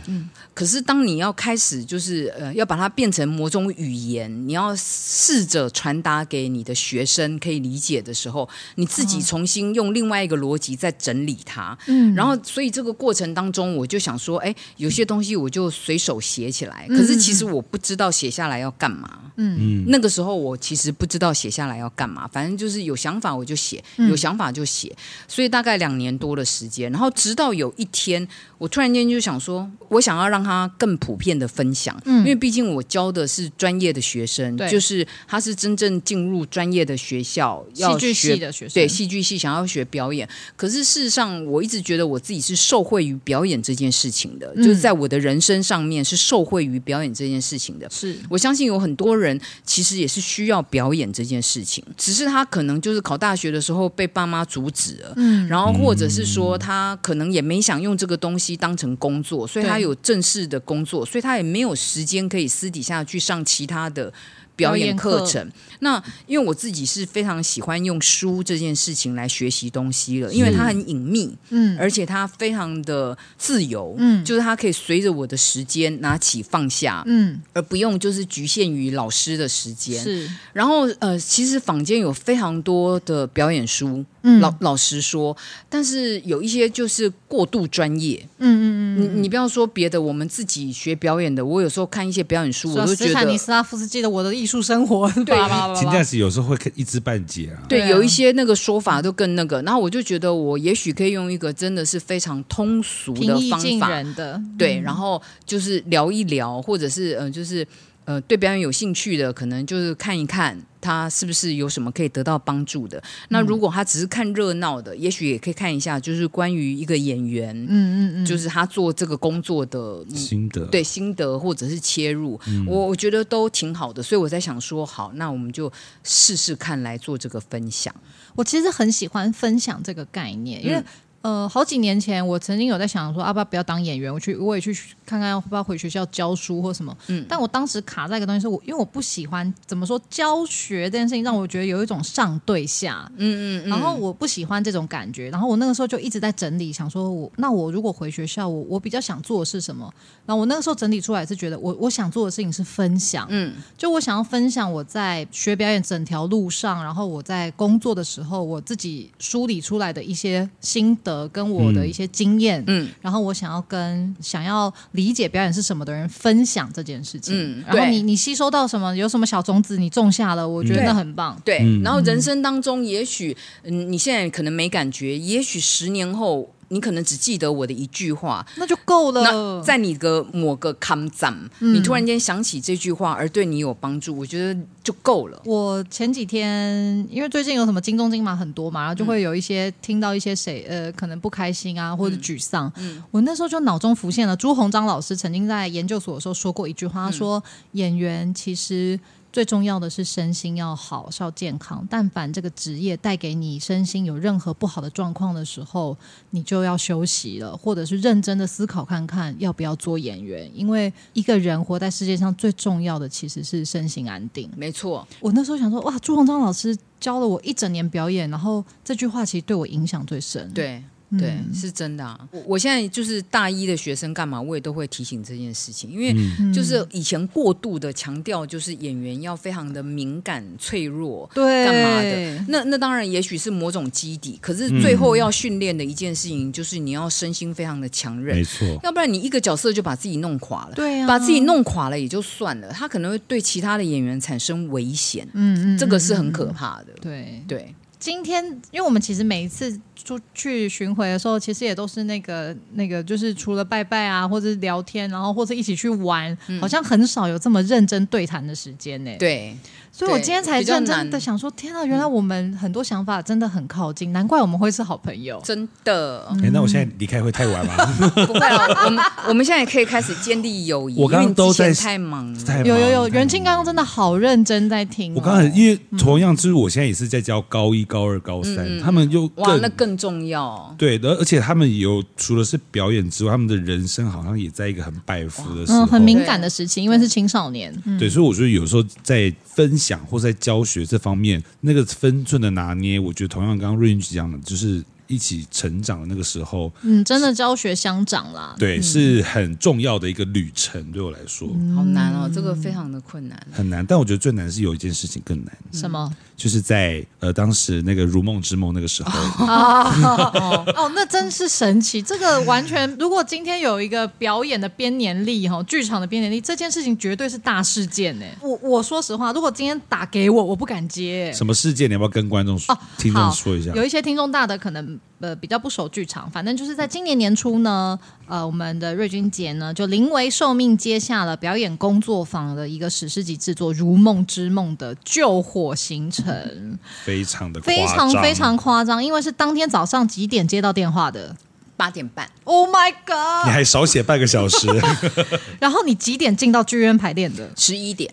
Speaker 5: 可是当你要开始就是呃要把它变成某种语言，你要试着传达给你的学生可以理解的时候，你自己重新用另外一个逻辑再整理它。嗯，然后所以这个过程当中，我就想说，哎，有些东西我就随手写起来，可是其实我不知道写下来要干嘛。嗯，那个时候我其实不知道写下来要干嘛，反正就是有想法我就写，
Speaker 4: 嗯
Speaker 5: 有想法就写。所以大概两年多的时间，然后直到有一天，我突然间就想说，我想要让它更普遍的分享，因为毕竟我教的是专业的学生，
Speaker 4: 嗯对
Speaker 5: 就是他是真正进入专业的学校，要
Speaker 4: 戏剧
Speaker 5: 学
Speaker 4: 系的学生，
Speaker 5: 对戏剧系想要学表演，可是事实上，我一直觉得我自己是受惠于表演这件事情的，就是在我的人生上面是受惠于表演这件事情的。
Speaker 4: 是
Speaker 5: 我相信有很多人其实也是需要表演这件事情，只是他可能就是考大学的时候被爸妈阻止了，嗯，然后或者是说他可能也没想用这个东西当成工作，所以他
Speaker 4: 对
Speaker 5: 有正式的工作，所以他也没有时间可以私底下去上其他的。表
Speaker 4: 表
Speaker 5: 演
Speaker 4: 演
Speaker 5: 课
Speaker 4: 课
Speaker 5: 程，那因为我自己是非常喜欢用书这件事情来学习东西了，因为它很隐秘，嗯，而且它非常的自由，嗯，就是它可以随着我的时间拿起放下，
Speaker 4: 嗯，
Speaker 5: 而不用就是局限于老师的时间。
Speaker 4: 是
Speaker 5: 然后呃，其实坊间有非常多的表演书，
Speaker 4: 嗯
Speaker 5: 老老实说，但是有一些就是过度专业。嗯嗯嗯，你你不要说别的，我们自己学表演的，我有时候看一些表演书，我
Speaker 4: 说
Speaker 5: 都觉
Speaker 4: 斯坦尼
Speaker 5: 得。
Speaker 4: 斯拉夫斯基的《我的艺术生活》，对吧？
Speaker 3: 请假时有时候会一知半解啊，
Speaker 5: 对，
Speaker 4: 对啊
Speaker 5: 有一些那个说法都更那个，然后我就觉得我也许可以用一个真的是非常通俗
Speaker 4: 平
Speaker 5: 的
Speaker 4: 易
Speaker 5: 方
Speaker 4: 近
Speaker 5: 法，
Speaker 4: 人的，
Speaker 5: 对，然后就是聊一聊，或者是呃，就是呃，对表演有兴趣的，可能就是看一看他是不是有什么可以得到帮助的。那如果他只是看热闹的，也许也可以看一下，就是关于一个演员，嗯嗯嗯，就是他做这个工作的嗯
Speaker 3: 心得，
Speaker 5: 对心嗯得或者是切入，我我觉得都挺好的，所以我在想说，好，那我们就试试看来做这个分享。
Speaker 4: 我其实很喜欢分享这个概念，因为、呃，好几年前我曾经有在想说，要、啊、不要不要当演员？我去，我也去看看要不要回学校教书或什么。嗯，但我当时卡在一个东西，是我因为我不喜欢怎么说教学这件事情，让我觉得有一种上对下。嗯嗯嗯。然后我不喜欢这种感觉，然后我那个时候就一直在整理，想说我那我如果回学校，我我比较想做的是什么？然后我那个时候整理出来是觉得我我想做的事情是分享。
Speaker 5: 嗯，
Speaker 4: 就我想要分享我在学表演整条路上，然后我在工作的时候，我自己梳理出来的一些心得，则跟我的一些经验，
Speaker 5: 嗯
Speaker 4: 嗯，然后我想要跟想要理解表演是什么的人分享这件事情。
Speaker 5: 嗯
Speaker 4: 然后
Speaker 5: 对嗯
Speaker 4: 你你吸收到什么，有什么小种子你种下了，我觉得
Speaker 5: 对
Speaker 4: 那很棒。
Speaker 5: 对，然后人生当中，也许嗯，你现在可能没感觉，也许十年后，你可能只记得我的一句话。
Speaker 4: 那就够
Speaker 5: 那
Speaker 4: 了。
Speaker 5: 在你的某个 come down，、你突然间想起这句话，而对你有帮助，我觉得就够了。
Speaker 4: 我前几天因为最近有什么金钟金马很多嘛，然后就会有一些、听到一些谁呃可能不开心啊或者沮丧，我那时候就脑中浮现了朱鸿章老师曾经在研究所的时候说过一句话，他说演员其实。最重要的是身心要好，是要健康。但凡这个职业带给你身心有任何不好的状况的时候，你就要休息了，或者是认真的思考看看要不要做演员。因为一个人活在世界上最重要的其实是身心安定。
Speaker 5: 没错，
Speaker 4: 我那时候想说，哇，朱鸿章老师教了我一整年表演，然后这句话其实对我影响最深。，
Speaker 5: 对。
Speaker 4: 嗯
Speaker 5: 对，是真的、啊。我我现在就是大一的学生，干嘛我也都会提醒这件事情，因为
Speaker 4: 嗯
Speaker 5: 就是以前过度的强调，就是演员要非常的敏感、脆弱，
Speaker 4: 对
Speaker 5: 干嘛的？那那当然，也许是某种基底，可是
Speaker 4: 嗯
Speaker 5: 最后要训练的一件事情，就是你要身心非常的强
Speaker 3: 没
Speaker 5: 韧，
Speaker 3: 错，
Speaker 5: 要不然你一个角色就把自己弄垮了。
Speaker 4: 对啊
Speaker 5: 把自己弄垮了也就算了，他可能会对其他的演员产生危险，
Speaker 4: 嗯嗯，
Speaker 5: 这个是很可怕的。
Speaker 4: 对。
Speaker 5: 对，
Speaker 4: 今天，因为我们其实每一次出去巡回的时候，其实也都是那个那个，就是除了拜拜啊，或者是聊天，然后或者一起去玩，好像很少有这么认真对谈的时间呢、，
Speaker 5: 嗯对，
Speaker 4: 所以我
Speaker 5: 对
Speaker 4: 今天才
Speaker 5: 比较
Speaker 4: 认真
Speaker 5: 难嗯
Speaker 4: 的想说，天啊，原来我们很多想法真的很靠近，难怪我们会是好朋友。
Speaker 5: 真的。
Speaker 3: 哎，那我现在离开会太晚吗？
Speaker 5: 不会了，我们我们现在也可以开始建立友谊。
Speaker 3: 我刚刚
Speaker 5: 因为你之
Speaker 3: 都在
Speaker 5: 前太忙了，
Speaker 3: 太忙
Speaker 4: 有有有，
Speaker 3: 太忙
Speaker 4: 元庆刚刚真的好认真在听哦、
Speaker 3: 我刚才因为同样，就是我现在也是在教高一、高二、高三，他们又
Speaker 5: 哇，那
Speaker 3: 更
Speaker 5: 更重要。
Speaker 3: 对，而而且他们有除了是表演之外，他们的人生好像也在一个很摆幅的时候，
Speaker 4: 嗯，很敏感的时期，因为是青少年。嗯
Speaker 3: 对，所以我觉得有时候在分享或在教学这方面，那个分寸的拿捏，我觉得同样刚刚瑞云姐讲的，就是一起成长的那个时候，
Speaker 4: 嗯，真的教学相长啦。
Speaker 3: 对，是很重要的一个旅程，对我来说。
Speaker 5: 好难
Speaker 3: 嗯
Speaker 5: 哦，这个非常的困难。
Speaker 3: 很难，但我觉得最难是有一件事情更难，
Speaker 4: 什么？
Speaker 3: 就是在呃当时那个《如梦之梦》那个时候，
Speaker 4: 嗯 啊哦，那真是神奇！这个完全，如果今天有一个表演的编年历哈，剧场的编年历，这件事情绝对是大事件呢。我我说实话，如果今天打给我，我不敢接。欸
Speaker 3: 什么事件？你要不要跟观众说、
Speaker 4: 哦
Speaker 3: 听众
Speaker 4: 好
Speaker 3: 说一下？
Speaker 4: 有一些听众大的可能呃比较不熟剧场，反正就是在今年年初呢，呃，我们的瑞君姐呢就临危受命接下了表演工作坊的一个史诗级制作《如梦之梦》的救火行程，
Speaker 3: 非常的
Speaker 4: 非
Speaker 3: 夸
Speaker 4: 常
Speaker 3: 张
Speaker 4: 非常夸张，因为是当天早上几点接到电话的
Speaker 5: 八点半，
Speaker 4: ？Oh my
Speaker 3: 你
Speaker 4: god！
Speaker 3: 还少写半个小时，
Speaker 4: 然后你几点进到剧院排练的？
Speaker 5: 十一点，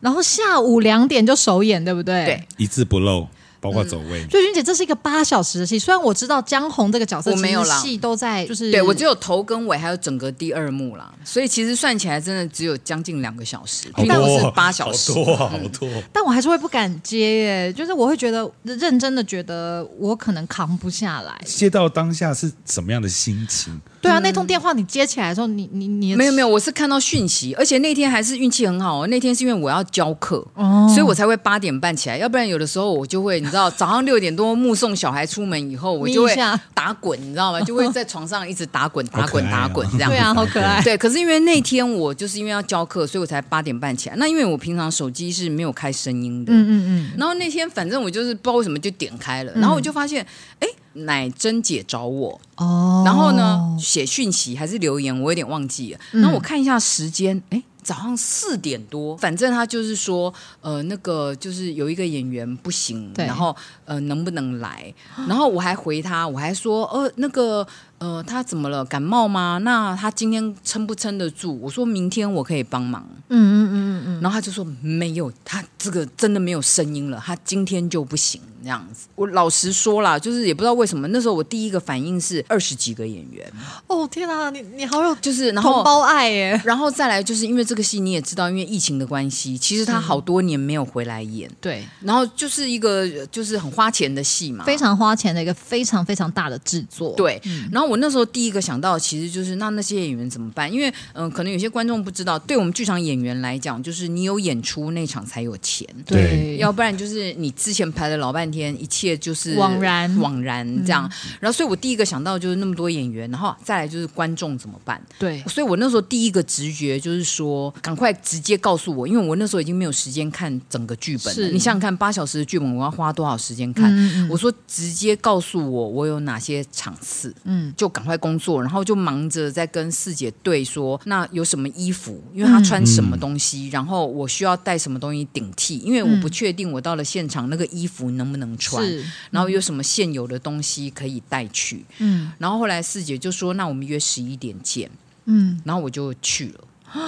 Speaker 4: 然后下午两点就首演，对不对？
Speaker 5: 对。
Speaker 3: 一字不漏，包括
Speaker 5: 嗯
Speaker 3: 走位。
Speaker 4: 瑞君姐，这是一个八小时的戏，虽然我知道江红这个角色，
Speaker 5: 我没有啦
Speaker 4: 戏都在
Speaker 3: 嗯
Speaker 4: 就是
Speaker 5: 对我只有头跟尾，还有整个第二幕啦，所以其实算起来真的只有将近两个小时，
Speaker 3: 好
Speaker 5: 并
Speaker 3: 多
Speaker 5: 不
Speaker 3: 哦
Speaker 5: 是八小时。嗯
Speaker 3: 好多哦好多哦。
Speaker 4: 但我还是会不敢接耶，就是我会觉得认真的觉得我可能扛不下来。
Speaker 3: 接到当下是什么样的心情？
Speaker 4: 对啊，那通电话你接起来的时候，你你你
Speaker 5: 嗯没有没
Speaker 4: 有，
Speaker 5: 有，我是看到讯息，而且那天还是运气很好哦。那天是因为我要教课，
Speaker 3: 哦
Speaker 5: 所以我才会八点半起来，要不然有的时候我就会，你知道，早上六点多目送小孩出门以后，我就
Speaker 4: 眯
Speaker 5: 会
Speaker 4: 一下
Speaker 5: 打滚，你知道吗？就会在床上一直打滚、打滚、
Speaker 3: 好可爱哦
Speaker 5: 打滚这样。
Speaker 4: 对啊，好可 爱。
Speaker 5: 对，可是因为那天我就是因为要教课，所以我才八点半起来。那因为我平常手机是没有开声音的，
Speaker 4: 嗯嗯
Speaker 5: 然后那天反正我就是不知道为什么就点开了，然后我就发现，哎，乃珍姐找我，
Speaker 4: 嗯，哦嗯
Speaker 5: 然后呢，写讯息还是留言，我有点忘记了。然后我看一下时间，哎、早上四点多，反正他就是说，呃，那个就是有一个演员不行，
Speaker 4: 对
Speaker 5: 然后呃能不能来？然后我还回他，我还说，呃，那个呃他怎么了？感冒吗？那他今天撑不撑得住？我说明天我可以帮忙。
Speaker 4: 嗯嗯嗯嗯
Speaker 5: 然后他就说没有，他这个真的没有声音了，他今天就不行这样子。我老实说啦，就是也不知道为什么，那时候我第一个反应是二十几个演员，
Speaker 4: 嗯，哦天啊，你你好有
Speaker 5: 就是然
Speaker 4: 同
Speaker 5: 后。
Speaker 4: 胞爱耶。
Speaker 5: 然后再来，就是因为这个戏你也知道，因为疫情的关系，其实他好多年没有回来演，
Speaker 4: 对，
Speaker 5: 然后就是一个呃就是很花钱的戏嘛，
Speaker 4: 非常花钱的一个非常非常大的制作。，
Speaker 5: 对。然后我那时候第一个想到的其实就是那那些演员怎么办？因为嗯、呃可能有些观众不知道，对我们剧场演员来讲，就是你有演出那场才有钱。
Speaker 3: 对
Speaker 5: 要不然就是你之前排了老半天，一切就是
Speaker 4: 枉然嗯
Speaker 5: 枉然这样。然后，所以我第一个想到就是那么多演员，然后再来就是观众怎么办？
Speaker 4: 对
Speaker 5: 所以我那时候第一个直觉就是说，赶快直接告诉我，因为我那时候已经没有时间看整个剧本了。
Speaker 4: 是嗯
Speaker 5: 你想想看，八小时的剧本，我要花多少时间看？我说直接告诉我我有哪些场次，嗯，就赶快工作，然后就忙着在跟四姐对说，那有什么衣服，因为她穿什么东西，然后我需要带什么东西顶
Speaker 4: 嗯
Speaker 5: 替，因为我不确定我到了现场那个衣服能不能穿。
Speaker 4: 是
Speaker 5: 然后有什么现有的东西可以带去。嗯，然后后来四姐就说：“那我们约十一点见。”嗯，然后我就去了。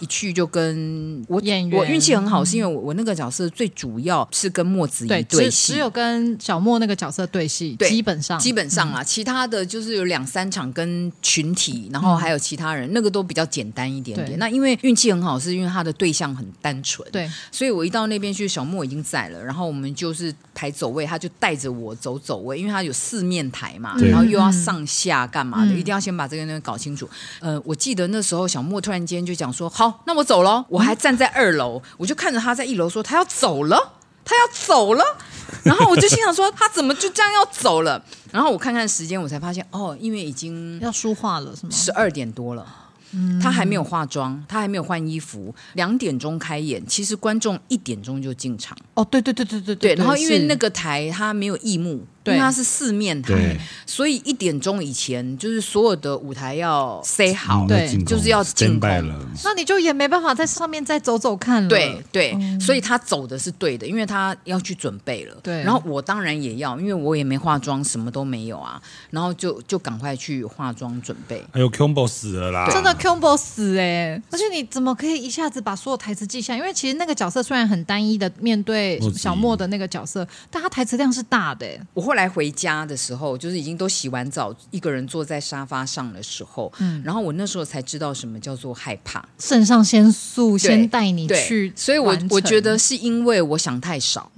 Speaker 5: 一去就跟我
Speaker 4: 演员
Speaker 5: 我嗯运气很好，是因为我我那个角色最主要是跟墨子
Speaker 4: 对，
Speaker 5: 怡
Speaker 4: 只
Speaker 5: 戏，
Speaker 4: 只有跟小莫那个角色对戏，
Speaker 5: 对
Speaker 4: 基本上
Speaker 5: 基本上啊，其他的就是有两三场跟群体，然后还有其他人，那个都比较简单一点
Speaker 4: 对
Speaker 5: 点。那因为运气很好，是因为他的对象很单纯，
Speaker 4: 对
Speaker 5: 所以我一到那边去，小莫已经在了，然后我们就是排走位，他就带着我走走位，因为他有四面台嘛，
Speaker 3: 对
Speaker 5: 然后又要上下干嘛的，一定要先把这个东西搞清楚。呃，我记得那时候小莫突然间就讲说：“好，那我走了。”我还站在二楼，我就看着他在一楼说：“他要走了，他要走了。” 然后我就心想说：“他怎么就这样要走了？”然后我看看时间，我才发现哦，因为已经
Speaker 4: 要梳化了是吗？
Speaker 5: 十二点多了。他还没有化妆，他还没有换衣服，两点钟开演，其实观众一点钟就进场。
Speaker 4: 哦，对对对对对
Speaker 5: 对，然后因为
Speaker 4: 是
Speaker 5: 那个台它没有异幕，因
Speaker 4: 对
Speaker 5: 为它是四面台
Speaker 3: 对，
Speaker 5: 所以一点钟以前就是所有的舞台要塞
Speaker 3: 嗯
Speaker 5: 好，
Speaker 4: 对
Speaker 5: 就是要进
Speaker 3: stand
Speaker 5: 攻
Speaker 3: by 了。
Speaker 4: 那你就也没办法在上面再走走看了。
Speaker 5: 对对，
Speaker 4: 嗯
Speaker 5: 所以他走的是对的，因为他要去准备了。
Speaker 4: 对
Speaker 5: 然后我当然也要，因为我也没化妆，什么都没有啊，然后就就赶快去化妆准备。
Speaker 3: 哎呦，Combo 死了啦！
Speaker 4: 真的啊 combo 死哎、而且你怎么可以一下子把所有台词记下？因为其实那个角色虽然很单一的面对
Speaker 3: 莫子仪
Speaker 4: 小莫的那个角色，但他台词量是大的、欸。
Speaker 5: 我后来回家的时候，就是已经都洗完澡，一个人坐在沙发上的时候，
Speaker 4: 嗯
Speaker 5: 然后我那时候才知道什么叫做害怕。
Speaker 4: 肾上腺素
Speaker 5: 对
Speaker 4: 先带你
Speaker 5: 对
Speaker 4: 去完成，
Speaker 5: 所以我我觉得是因为我想太少，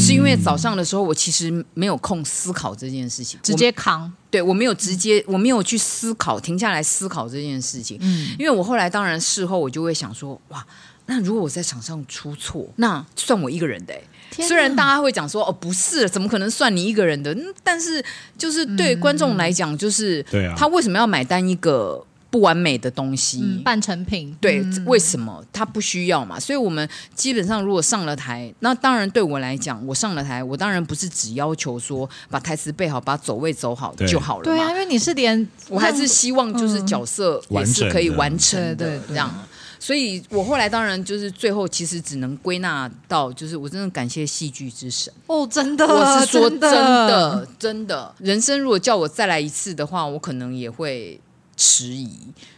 Speaker 5: 是因为早上的时候我其实没有空思考这件事情，
Speaker 4: 直接扛
Speaker 5: 对我没有直接，我没有去思考，停下来思考这件事情。嗯，因为我后来当然事后我就会想说，哇，那如果我在场上出错，那算我一个人的、欸。
Speaker 4: 天哪
Speaker 5: 虽然大家会讲说哦不是，怎么可能算你一个人的？嗯但是就是
Speaker 4: 嗯
Speaker 5: 对观众来讲，就是、
Speaker 3: 对啊
Speaker 5: 他为什么要买单一个不完美的东西？
Speaker 4: 嗯半成品，
Speaker 5: 对，为什么他不需要嘛？所以我们基本上如果上了台，那当然对我来讲，我上了台，我当然不是只要求说把台词背好，把走位走好
Speaker 3: 对
Speaker 5: 就好了嘛。
Speaker 4: 对啊，因为你是连
Speaker 5: 我还是希望就是角色也是可以完成的
Speaker 4: 嗯对对对
Speaker 5: 这样。所以我后来当然就是最后其实只能归纳到，就是我真的感谢戏剧之神。
Speaker 4: 哦，真的，
Speaker 5: 我是说真
Speaker 4: 的，
Speaker 5: 的，真的，人生如果叫我再来一次的话，我可能也会迟疑。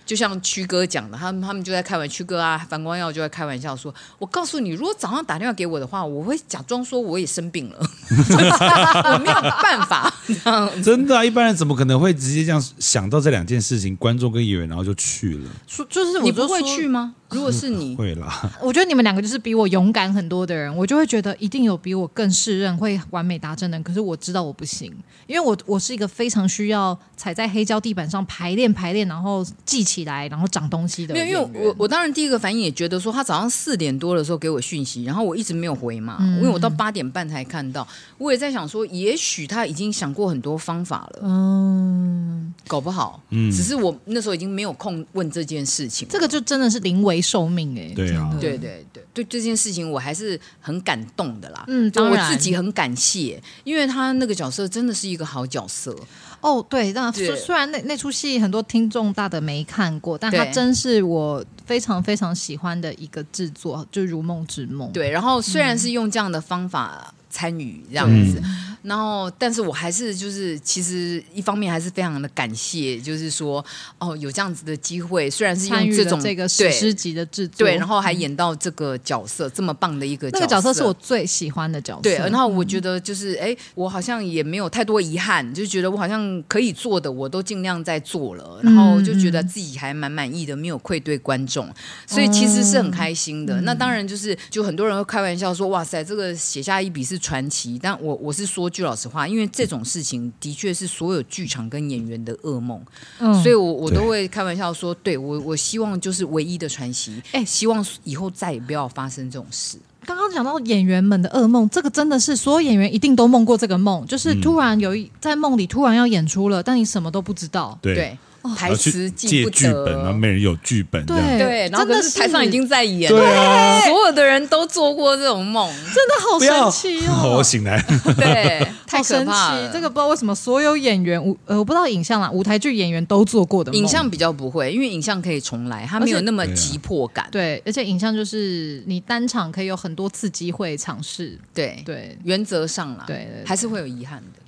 Speaker 5: 就像曲哥讲的，他们他们就在开玩曲哥啊，樊光耀就在开玩笑说：“我告诉你，如果早上打电话给我的话，我会假装说我也生病了， 我没有办 法。”这样
Speaker 3: 真的啊，一般人怎么可能会直接这样想到这两件事情？观众跟演员，然后就去了，
Speaker 4: 说就是我
Speaker 5: 你
Speaker 4: 就
Speaker 5: 不会
Speaker 4: 说
Speaker 5: 去吗？如果是你，
Speaker 3: 会 啦。
Speaker 4: 我觉得你们两个就是比我勇敢很多的人，我就会觉得一定有比我更适任、会完美达阵的人。可是我知道我不行，因为我我是一个非常需要踩在黑胶地板上排练排练，然后记起来，然后长东西的
Speaker 5: 没有，
Speaker 4: 演
Speaker 5: 因
Speaker 4: 员。
Speaker 5: 为我我当然第一个反应也觉得说，他早上四点多的时候给我讯息，然后我一直没有回嘛，
Speaker 4: 嗯
Speaker 5: 因为我到八点半才看到，我也在想说，也许他已经想过很多方法了，嗯，搞不好，嗯，只是我那时候已经没有空问这件事情，
Speaker 4: 这个就真的是临危受命
Speaker 5: 欸
Speaker 4: 哎、
Speaker 3: 对啊，
Speaker 5: 对对对对这件事情，我还是很感动的啦，
Speaker 4: 嗯
Speaker 5: 就
Speaker 4: 当
Speaker 5: 我
Speaker 4: 然
Speaker 5: 自己很感谢，因为他那个角色真的是一个好角色，
Speaker 4: 哦，对，那
Speaker 5: 对
Speaker 4: 虽虽然那那出戏很多听众大的没看过，但它
Speaker 5: 对
Speaker 4: 真是我非常非常喜欢的一个制作，就《如梦之梦》。
Speaker 5: 对，然后虽
Speaker 4: 嗯
Speaker 5: 然是用这样的方法参与这样子，然后但是我还是就是其实一方面还是非常的感谢，就是说哦有这样子的机会，虽然是
Speaker 4: 参
Speaker 5: 用
Speaker 4: 与
Speaker 5: 这
Speaker 4: 了
Speaker 5: 种
Speaker 4: 这个史诗
Speaker 5: 对
Speaker 4: 级的制作，
Speaker 5: 对，然后还演到这个角色这么棒的一个
Speaker 4: 嗯那个角色是我。最喜欢的角色。嗯
Speaker 5: 对，然后我觉得就是，哎，我好像也没有太多遗憾，就觉得我好像可以做的，我都尽量在做了，然后
Speaker 4: 嗯
Speaker 5: 就觉得自己还蛮满意的，没有愧对观众，所以其实是很
Speaker 4: 哦
Speaker 5: 开心
Speaker 4: 嗯
Speaker 5: 的。那当然就是，就很多人会开玩笑说，哇塞，这个写下一笔是传奇，但我我是说句老实话，因为这种事情的确是所有剧场跟演员的噩梦，
Speaker 4: 嗯
Speaker 5: 所以我我
Speaker 3: 对
Speaker 5: 都会开玩笑说，对我我希望就是唯一的传奇，哎、希望以后再也不要发生这种事。
Speaker 4: 刚刚讲到演员们的噩梦，这个真的是所有演员一定都梦过这个梦，就是突然有一、在梦里突然要演出了，但你什么都不知道。
Speaker 3: 对，
Speaker 5: 对，
Speaker 3: 然
Speaker 5: 台
Speaker 3: 后去
Speaker 5: 词记
Speaker 3: 借
Speaker 5: 不
Speaker 3: 剧本，啊然后
Speaker 5: 得，
Speaker 3: 没人有剧本，这样
Speaker 4: 哦对
Speaker 5: 对，然后可
Speaker 4: 真的
Speaker 5: 是
Speaker 4: 是
Speaker 5: 台上已经在演了，
Speaker 3: 对啊，
Speaker 5: 所有的人都做过这 种梦，
Speaker 4: 真的好
Speaker 3: 不要
Speaker 4: 神奇，
Speaker 3: 好
Speaker 4: 哦！
Speaker 3: 我醒来，
Speaker 5: 对，太
Speaker 4: 好
Speaker 5: 可
Speaker 4: 神奇
Speaker 5: 怕了。！
Speaker 4: 这个不知道为什么所有演员舞呃，我不知道影像啦，舞台剧演员都做过的梦
Speaker 5: 影像比较不会，因为影像可以重来，它没有那么急迫感。
Speaker 4: 对，啊而且影像就是你单场可以有很多次机会尝试。
Speaker 5: 对
Speaker 4: 对，
Speaker 5: 原则上啦，
Speaker 4: 对对对
Speaker 5: 还是会有遗憾的。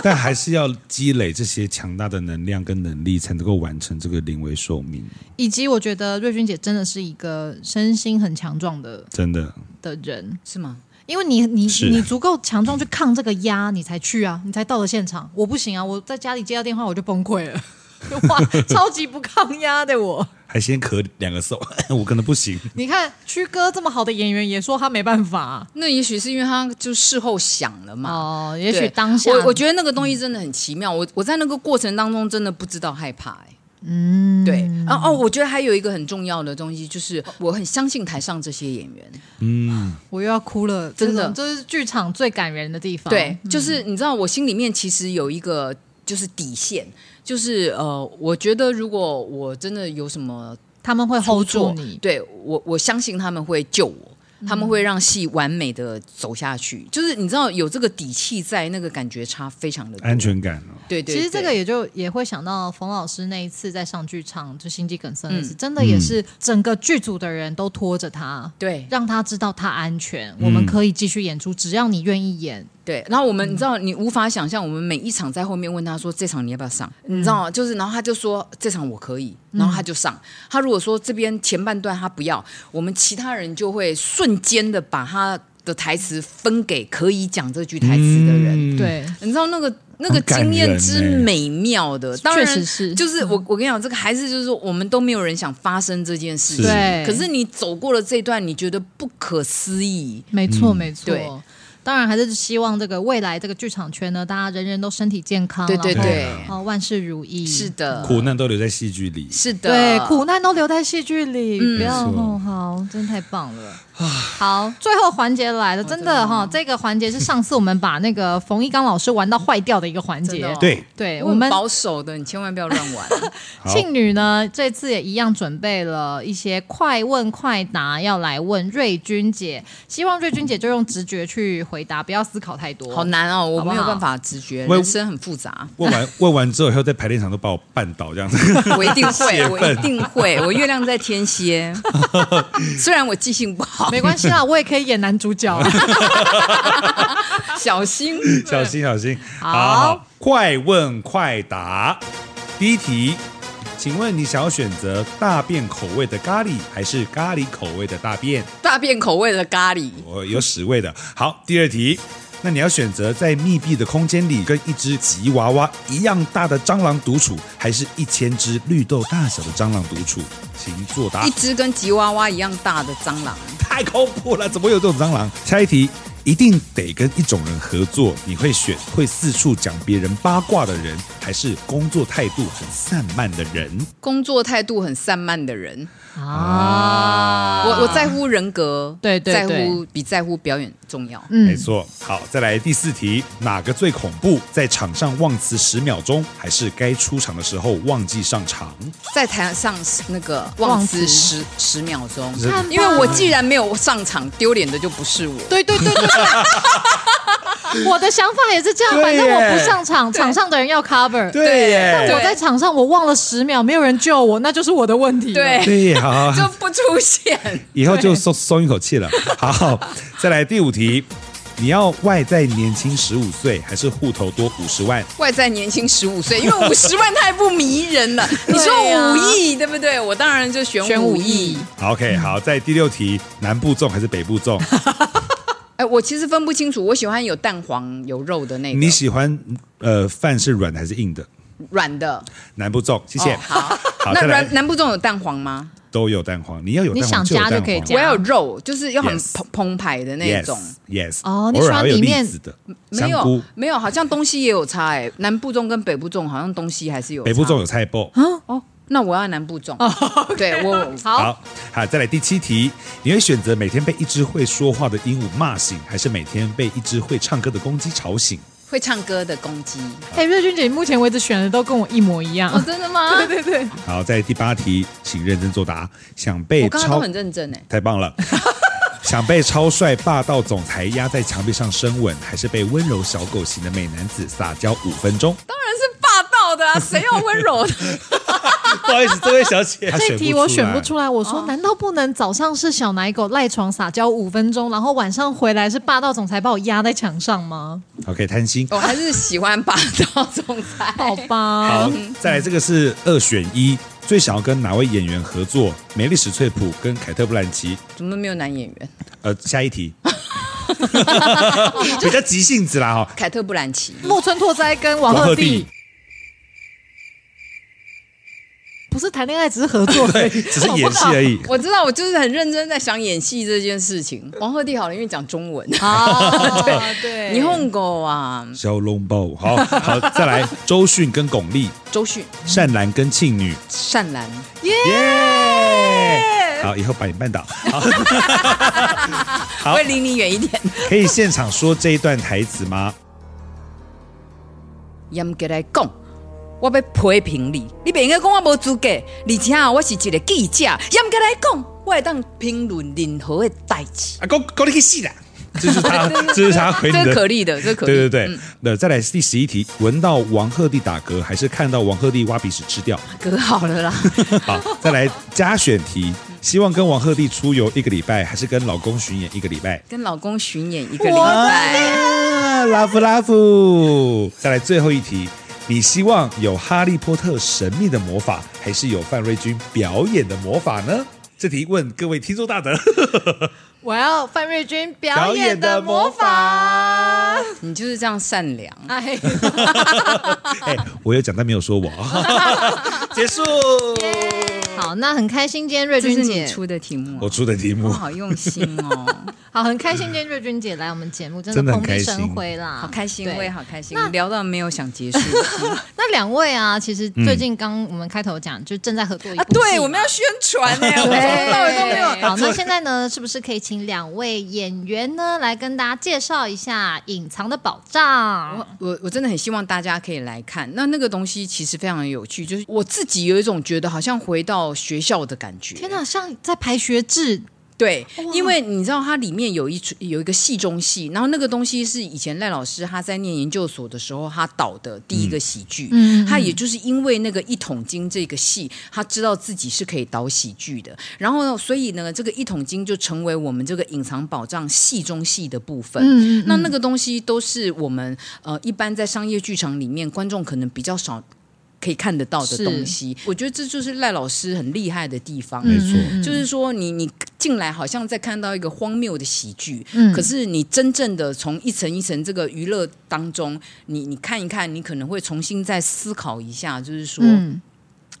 Speaker 3: 但还是要积累这些强大的能量跟能力，才能够完成这个临危受命。
Speaker 4: 以及我觉得瑞君姐真的是一个身心很强壮的
Speaker 3: 真的，
Speaker 4: 的人，
Speaker 5: 是吗？
Speaker 4: 因为你你
Speaker 3: 是
Speaker 4: 你足够强壮去抗这个压，你才去啊，你才到了现场。我不行啊，我在家里接到电话我就崩溃了， 哇，超级不抗压的我。
Speaker 3: 还先咳两个嗽， 我可能不行。
Speaker 4: 你看曲哥这么好的演员也说他没办法、
Speaker 5: 那也许是因为他就事后想了嘛。
Speaker 4: 哦，
Speaker 5: 对
Speaker 4: 也许当下
Speaker 5: 我我觉得那个东西真的很奇妙。我我在那个过程当中真的不知道害怕、欸，嗯，对。然后哦，我觉得还有一个很重要的东西，就是我很相信台上这些演员。
Speaker 4: 我又要哭了，
Speaker 5: 真的
Speaker 4: 这种这是剧场最感人的地方。嗯
Speaker 5: 对，就是你知道，我心里面其实有一个就是底线，就是呃，我觉得如果我真的有什么
Speaker 4: 他们会 hold 住
Speaker 5: 错
Speaker 4: 你，嗯
Speaker 5: 对我，我相信他们会救我，他们会让戏完美的走下去。就是你知道有这个底气在，那个感觉差非常的多
Speaker 3: 安。全感哦，
Speaker 5: 对对，
Speaker 4: 其实这
Speaker 5: 对
Speaker 4: 个也就也会想到冯老师那一次在上剧场就心肌梗塞那次，
Speaker 5: 嗯
Speaker 4: 真的也是整个剧组的人都拖着他，
Speaker 5: 对
Speaker 4: 让他知道他安全，
Speaker 3: 嗯
Speaker 4: 我们可以继续演出，只要你愿意演。
Speaker 5: 对。然后我
Speaker 3: 嗯
Speaker 5: 们你知道，你无法想象，我们每一场在后面问他说这场你要不要上，
Speaker 3: 嗯
Speaker 5: 你知道吗？就是然后他就说这场我可以，然后他就上。他如果说这边前半段他不要，我们其他人就会瞬间的把他的台词分给可以讲这句台词的人。
Speaker 3: 嗯，
Speaker 4: 对，
Speaker 5: 你知道那个那个
Speaker 3: 很感
Speaker 5: 经验
Speaker 3: 人
Speaker 5: 之
Speaker 3: 欸
Speaker 5: 美妙的，当然
Speaker 4: 确实是
Speaker 5: 就是
Speaker 3: 嗯
Speaker 5: 我我跟你讲，这个还是就是说，我们都没有人想发生这件事情
Speaker 3: 是，
Speaker 4: 对
Speaker 5: 可是你走过了这一段，你觉得不可思议，
Speaker 4: 没错，
Speaker 3: 嗯
Speaker 4: 没错
Speaker 5: 对。
Speaker 4: 当然还是希望这个未来这个剧场圈呢，大家人人都身体健康，
Speaker 5: 对对
Speaker 4: 然后
Speaker 5: 对，
Speaker 4: 哦，万事如意。
Speaker 5: 是，的，
Speaker 3: 苦难都留在戏剧里。
Speaker 5: 是的，
Speaker 4: 对，苦难都留在戏剧里，
Speaker 5: 嗯
Speaker 4: 不要
Speaker 3: 没错
Speaker 4: 弄好，真的太棒了。好，最后环节来了，真的哈，这个环节是上次我们把那个冯一刚老师玩到坏掉的一个环
Speaker 5: 真的
Speaker 4: 节
Speaker 5: 哦。
Speaker 3: 对，
Speaker 4: 对，
Speaker 5: 我
Speaker 4: 我
Speaker 5: 们
Speaker 4: 们
Speaker 5: 保守的，你千万不要乱玩。
Speaker 3: 好，
Speaker 4: 庆女呢，这次也一样准备了一些快问快答，要来问瑞君姐，希望瑞君姐就用直觉去回答，不要思考太多。
Speaker 5: 好难哦，我
Speaker 4: 好不
Speaker 5: 没有
Speaker 4: 好
Speaker 5: 办法直觉，
Speaker 3: 喂
Speaker 5: 人生很复杂，
Speaker 3: 问完 问完之后，以后在排练场都把我绊倒这样子。
Speaker 5: 我一定会，
Speaker 3: 泄
Speaker 5: 我一
Speaker 3: 愤
Speaker 5: 定会，我月亮在天蝎，虽然我记性不好，
Speaker 4: 没关系啦，我也可以演男主角。
Speaker 5: 小心。
Speaker 3: 小心小心。
Speaker 4: 好
Speaker 3: 快问快答。第一题，请问你想要选择大便口味的咖喱，还是咖喱口味的大便？
Speaker 5: 大便口味的咖喱，
Speaker 3: 我有屎味的。好，第二题。那你要选择在密闭的空间里跟一只吉娃娃一样大的蟑螂独处，还是一千只绿豆大小的蟑螂独处？请作答
Speaker 5: 一。只跟吉娃娃一样大的蟑螂，
Speaker 3: 哎太恐怖了，怎么会有这种蟑螂？下一题，一定得跟一种人合作，你会选会四处讲别人八卦的人，还是工作态度很散漫的人？
Speaker 5: 工作态度很散漫的人。
Speaker 4: 啊
Speaker 5: 我我在乎人格，
Speaker 4: 对对
Speaker 5: 在
Speaker 4: 对
Speaker 5: 乎比在乎表演重要。
Speaker 3: 没错。好，再来第四题，哪个最恐怖？在场上忘词十秒钟，还是该出场的时候忘记上场？
Speaker 5: 在台上那个
Speaker 4: 忘
Speaker 5: 忘词
Speaker 4: 词
Speaker 5: 十十秒钟，
Speaker 3: 是
Speaker 4: 看吧
Speaker 5: 因为我既然没有上场，丢脸的就不是我。
Speaker 4: 对对对对对我的想法也是这样，反
Speaker 3: 对耶
Speaker 4: 正我不上场，场上的人要 cover。
Speaker 3: 对耶，
Speaker 4: 我在场上我忘了十秒，没有人救我，那就是我的问题。
Speaker 5: 对，
Speaker 3: 对耶，好好好
Speaker 5: 就不出现。
Speaker 3: 以后就松松一口气了。好，再来第五题，你要外在年轻十五岁，还是户头多五十万？
Speaker 5: 外在年轻十五岁，因为五十万太不迷人 了。你
Speaker 4: 对
Speaker 5: 说
Speaker 4: 呀
Speaker 5: 五亿对不对？我当然就选
Speaker 4: 选
Speaker 5: 五
Speaker 4: 五
Speaker 5: 亿
Speaker 4: 亿。
Speaker 3: OK，好，在第六题，南部粽还是北部粽？
Speaker 5: 哎，我其实分不清楚，我喜欢有蛋黄有肉的那个，
Speaker 3: 你喜欢呃饭是软的还是硬的？
Speaker 5: 软的。
Speaker 3: 南部粽，谢谢。
Speaker 5: 哦好，
Speaker 3: 好，
Speaker 5: 那
Speaker 3: 再来
Speaker 5: 南南部粽有蛋黄吗？
Speaker 3: 都有蛋黄，你要有
Speaker 4: 你
Speaker 3: 蛋
Speaker 4: 想
Speaker 3: 黄有
Speaker 4: 加
Speaker 3: 蛋
Speaker 4: 就
Speaker 3: 黄，
Speaker 4: 可以
Speaker 5: 我
Speaker 4: 加
Speaker 5: 要有肉，就是要很
Speaker 3: Yes
Speaker 5: 澎澎湃的那种。
Speaker 3: Yes, yes.
Speaker 2: 哦你
Speaker 3: 偶
Speaker 2: 喜
Speaker 3: 尔
Speaker 2: 欢
Speaker 3: 还有
Speaker 2: 里
Speaker 3: 栗
Speaker 2: 面
Speaker 3: 子的，
Speaker 5: 没
Speaker 3: 香
Speaker 5: 有
Speaker 3: 菇。
Speaker 5: 没有，好像东西也有差哎、南部粽跟北部粽好像东西还是有差
Speaker 3: 北部粽有菜包。
Speaker 5: 哦，那我要南部粽。对我
Speaker 3: 好，好，再来第七题，你会选择每天被一只会说话的鹦鹉骂醒，还是每天被一只会唱歌的公鸡吵醒？
Speaker 5: 会唱歌的公鸡。
Speaker 4: 哎、瑞君姐，你目前为止选的都跟我一模一样。
Speaker 5: 哦真的吗？ 对对对，
Speaker 3: 好，再来第八题，请认真作答。想被
Speaker 5: 我刚刚都
Speaker 3: 超
Speaker 5: 很认真哎、
Speaker 3: 太棒了。想被超帅霸道总裁压在墙壁上深吻，还是被温柔小狗型的美男子撒娇五分 钟？
Speaker 5: 当然是霸道 的啊，谁要温柔的？
Speaker 3: 不好意思，这位小姐，她
Speaker 4: 这
Speaker 3: 啊选
Speaker 4: 一题我选不
Speaker 3: 来
Speaker 4: 出来，我说哦难道不能早上是小奶狗赖床撒娇五分钟，然后晚上回来是霸道总裁把我压在墙上 吗？
Speaker 3: OK，贪心。
Speaker 5: 我还是喜欢霸道总裁。
Speaker 4: 好吧
Speaker 3: 好，，再来这个是二选一，最想要跟哪位演员合作？梅丽史翠普跟凯特·布兰奇。
Speaker 5: 怎么没有男演员？啊
Speaker 3: 呃，下一 题，比较急性子啦哈、
Speaker 5: 凯特·布兰奇。
Speaker 4: 木村拓哉跟
Speaker 5: 哦
Speaker 4: 王
Speaker 3: 王鹤
Speaker 4: 鹤
Speaker 3: 棣
Speaker 4: 棣不是谈恋爱，只是合 作而已，
Speaker 3: 只是演戏而 已。
Speaker 5: 我知道，我就是很认真在想演戏这件事情。王鹤棣好了，因为讲中文，哦
Speaker 4: 啊，对对
Speaker 5: 霓虹狗啊，
Speaker 3: 小笼包，好好，再来周迅跟巩俐，
Speaker 5: 周迅、
Speaker 3: 善兰跟庆女，
Speaker 5: 善兰，
Speaker 3: 耶、好，以后把你绊倒。好，
Speaker 5: 我会离你远一点。
Speaker 3: 可以现场说这一段台词吗？
Speaker 5: 严格来讲，我要批评你，你不应该讲我无资格，而且啊我是一个记者。严格来讲，我会当评论任何的代志。
Speaker 3: 啊，巩巩俐可以戏啦，这是 他，这是他回你
Speaker 5: 这
Speaker 3: 的
Speaker 5: 是可立的，这是可立。
Speaker 3: 对对对
Speaker 5: 嗯，，
Speaker 3: 那、再来第十一题，闻到王鹤棣打嗝，还是看到王鹤棣挖鼻屎吃掉？
Speaker 5: 嗯可好了啦。
Speaker 3: 好，再来加选题，希望跟王鹤棣出游一个礼拜，还是跟老公巡演一个礼拜？
Speaker 5: 跟老公巡演一个礼拜，
Speaker 3: 啊，拉夫拉夫。再来最后一题，你希望有哈利波特神秘的魔法，还是有范瑞君表演的魔法呢？这题问各位听众大德，
Speaker 4: 我要范瑞君表演的魔 法。
Speaker 5: 你就是这样善良。
Speaker 4: 哎，
Speaker 3: 哎，我有讲但没有说我，结束。
Speaker 4: 好，那很开心今天瑞
Speaker 5: 这
Speaker 4: 君
Speaker 5: 是你
Speaker 4: 姐，
Speaker 5: 出的题目、
Speaker 3: 我出的题目
Speaker 5: 哦，好用心哦，
Speaker 4: 好，很开心今天瑞君姐来我们节目，真
Speaker 3: 真的
Speaker 4: 的
Speaker 3: 很
Speaker 4: 蓬
Speaker 3: 开
Speaker 4: 荜
Speaker 3: 心
Speaker 4: 生辉啦，
Speaker 5: 好开心，
Speaker 4: 对
Speaker 5: 我也好开心
Speaker 4: 那，
Speaker 5: 聊到没有 想结束
Speaker 4: 那两位啊，其实最
Speaker 3: 嗯
Speaker 4: 近刚我们开头讲，就正在合作一部
Speaker 5: 啊！
Speaker 4: 戏
Speaker 5: 对，我们要宣传呢，我从头 到尾都没有。
Speaker 4: 好，那现在呢，是不是可以请两位演员呢来跟大家介绍一下《隐藏的宝藏》？
Speaker 5: 我我我真的很希望大家可以来看，那那个东西其实非常有趣，就是我自己有一种觉得好像回到学校的感觉。
Speaker 4: 天哪，像在排学制，
Speaker 5: 对，因为你知道它里面有一出有一个戏中戏，然后那个东西是以前赖老师他在念研究所的时候他导的第一个喜剧，
Speaker 4: 嗯
Speaker 5: 他也就是因为那个一桶金这个戏，他知道自己是可以导喜剧的，然后呢，所以呢，这个一桶金就成为我们这个隐藏宝藏戏中戏的部分。
Speaker 4: 嗯
Speaker 5: 那那个东西都是我们呃一般在商业剧场里面观众可能比较少。可以看得到的
Speaker 4: 是
Speaker 5: 东西，我觉得这就是赖老师很厉害的地方。
Speaker 3: 没错，
Speaker 4: 嗯
Speaker 5: 就是说你你进来好像在看到一个荒谬的喜剧，
Speaker 4: 嗯
Speaker 5: 可是你真正的从一层一层这个娱乐当中，你你看一看，你可能会重新再思考一下，就是说。
Speaker 4: 嗯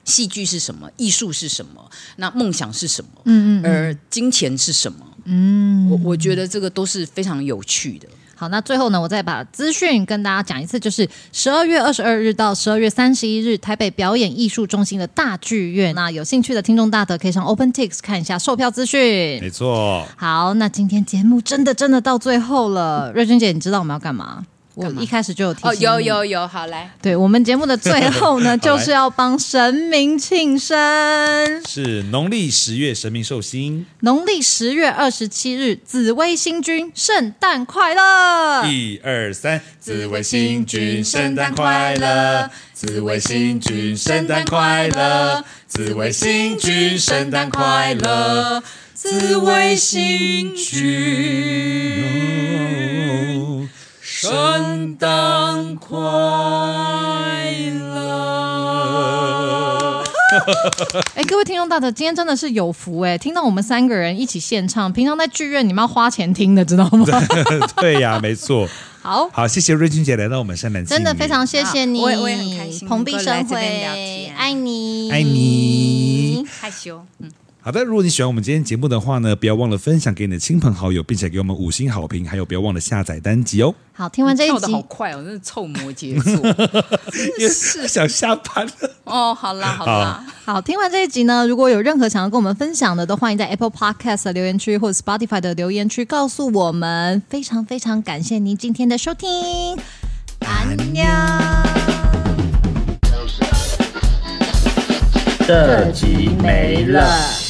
Speaker 5: 戏剧是什么？艺术是什么？那梦想是什么？
Speaker 4: 嗯嗯，
Speaker 5: 而金钱是什么？嗯，我我觉得这个都是非常有趣的。
Speaker 4: 好，那最后呢，我再把资讯跟大家讲一次，就是十二月二十二日到十二月三十一日，台北表演艺术中心的大剧院。那有兴趣的听众大德可以上 OpenTix 看一下售票资讯
Speaker 3: 没。错。
Speaker 4: 好，那今天节目真的真的到最后了，瑞君姐，你知道我们要干嘛？我
Speaker 5: 干嘛
Speaker 4: 一开始就有提
Speaker 5: 哦，
Speaker 4: 醒
Speaker 5: 有
Speaker 4: 你
Speaker 5: 有有，好来，
Speaker 4: 对我们节目的最后
Speaker 3: 好来
Speaker 4: 呢，就是要帮神明庆生。
Speaker 3: 是农历十月神明寿星，
Speaker 4: 农历十月二十七日，紫薇星君，圣诞快乐！
Speaker 3: 一二三，
Speaker 5: 紫微星君圣诞快乐紫微星君圣诞快乐紫微星君圣诞快乐，
Speaker 3: 紫微星君，圣诞快乐！
Speaker 4: 哎，各位听众大德，今天真的是有福哎，听到我们三个人一起献唱，平常在剧院你们要花钱听的，知 道吗？
Speaker 3: 对呀、没错。
Speaker 4: 好，
Speaker 3: 好，谢谢瑞君姐来到我们山南，
Speaker 4: 真的非常谢谢你，
Speaker 5: 我也我也很开心
Speaker 4: 蓬荜
Speaker 5: 能够来
Speaker 4: 生
Speaker 5: 这边聊
Speaker 4: 辉
Speaker 5: 天，
Speaker 4: 爱你，
Speaker 3: 爱你。
Speaker 5: 害羞，嗯，
Speaker 3: 好的，如果你喜欢我们今天节目的话呢，不要忘了分享给你的亲朋好友，并且给我们五星好评，还有不要忘了下载单集哦。
Speaker 4: 好，听完这一
Speaker 5: 跳的
Speaker 4: 集，
Speaker 5: 好快哦，真是臭摩 羯座。
Speaker 3: 也是 想下班了。
Speaker 5: 哦，好啦好啦，
Speaker 4: 好，听完这一集呢，如果有任何想要跟我们分享的，都欢迎在 Apple Podcast 的留言区或者 Spotify 的留言区告诉我们。非常非常感谢您今天的收听，安妞。
Speaker 6: 这集没了。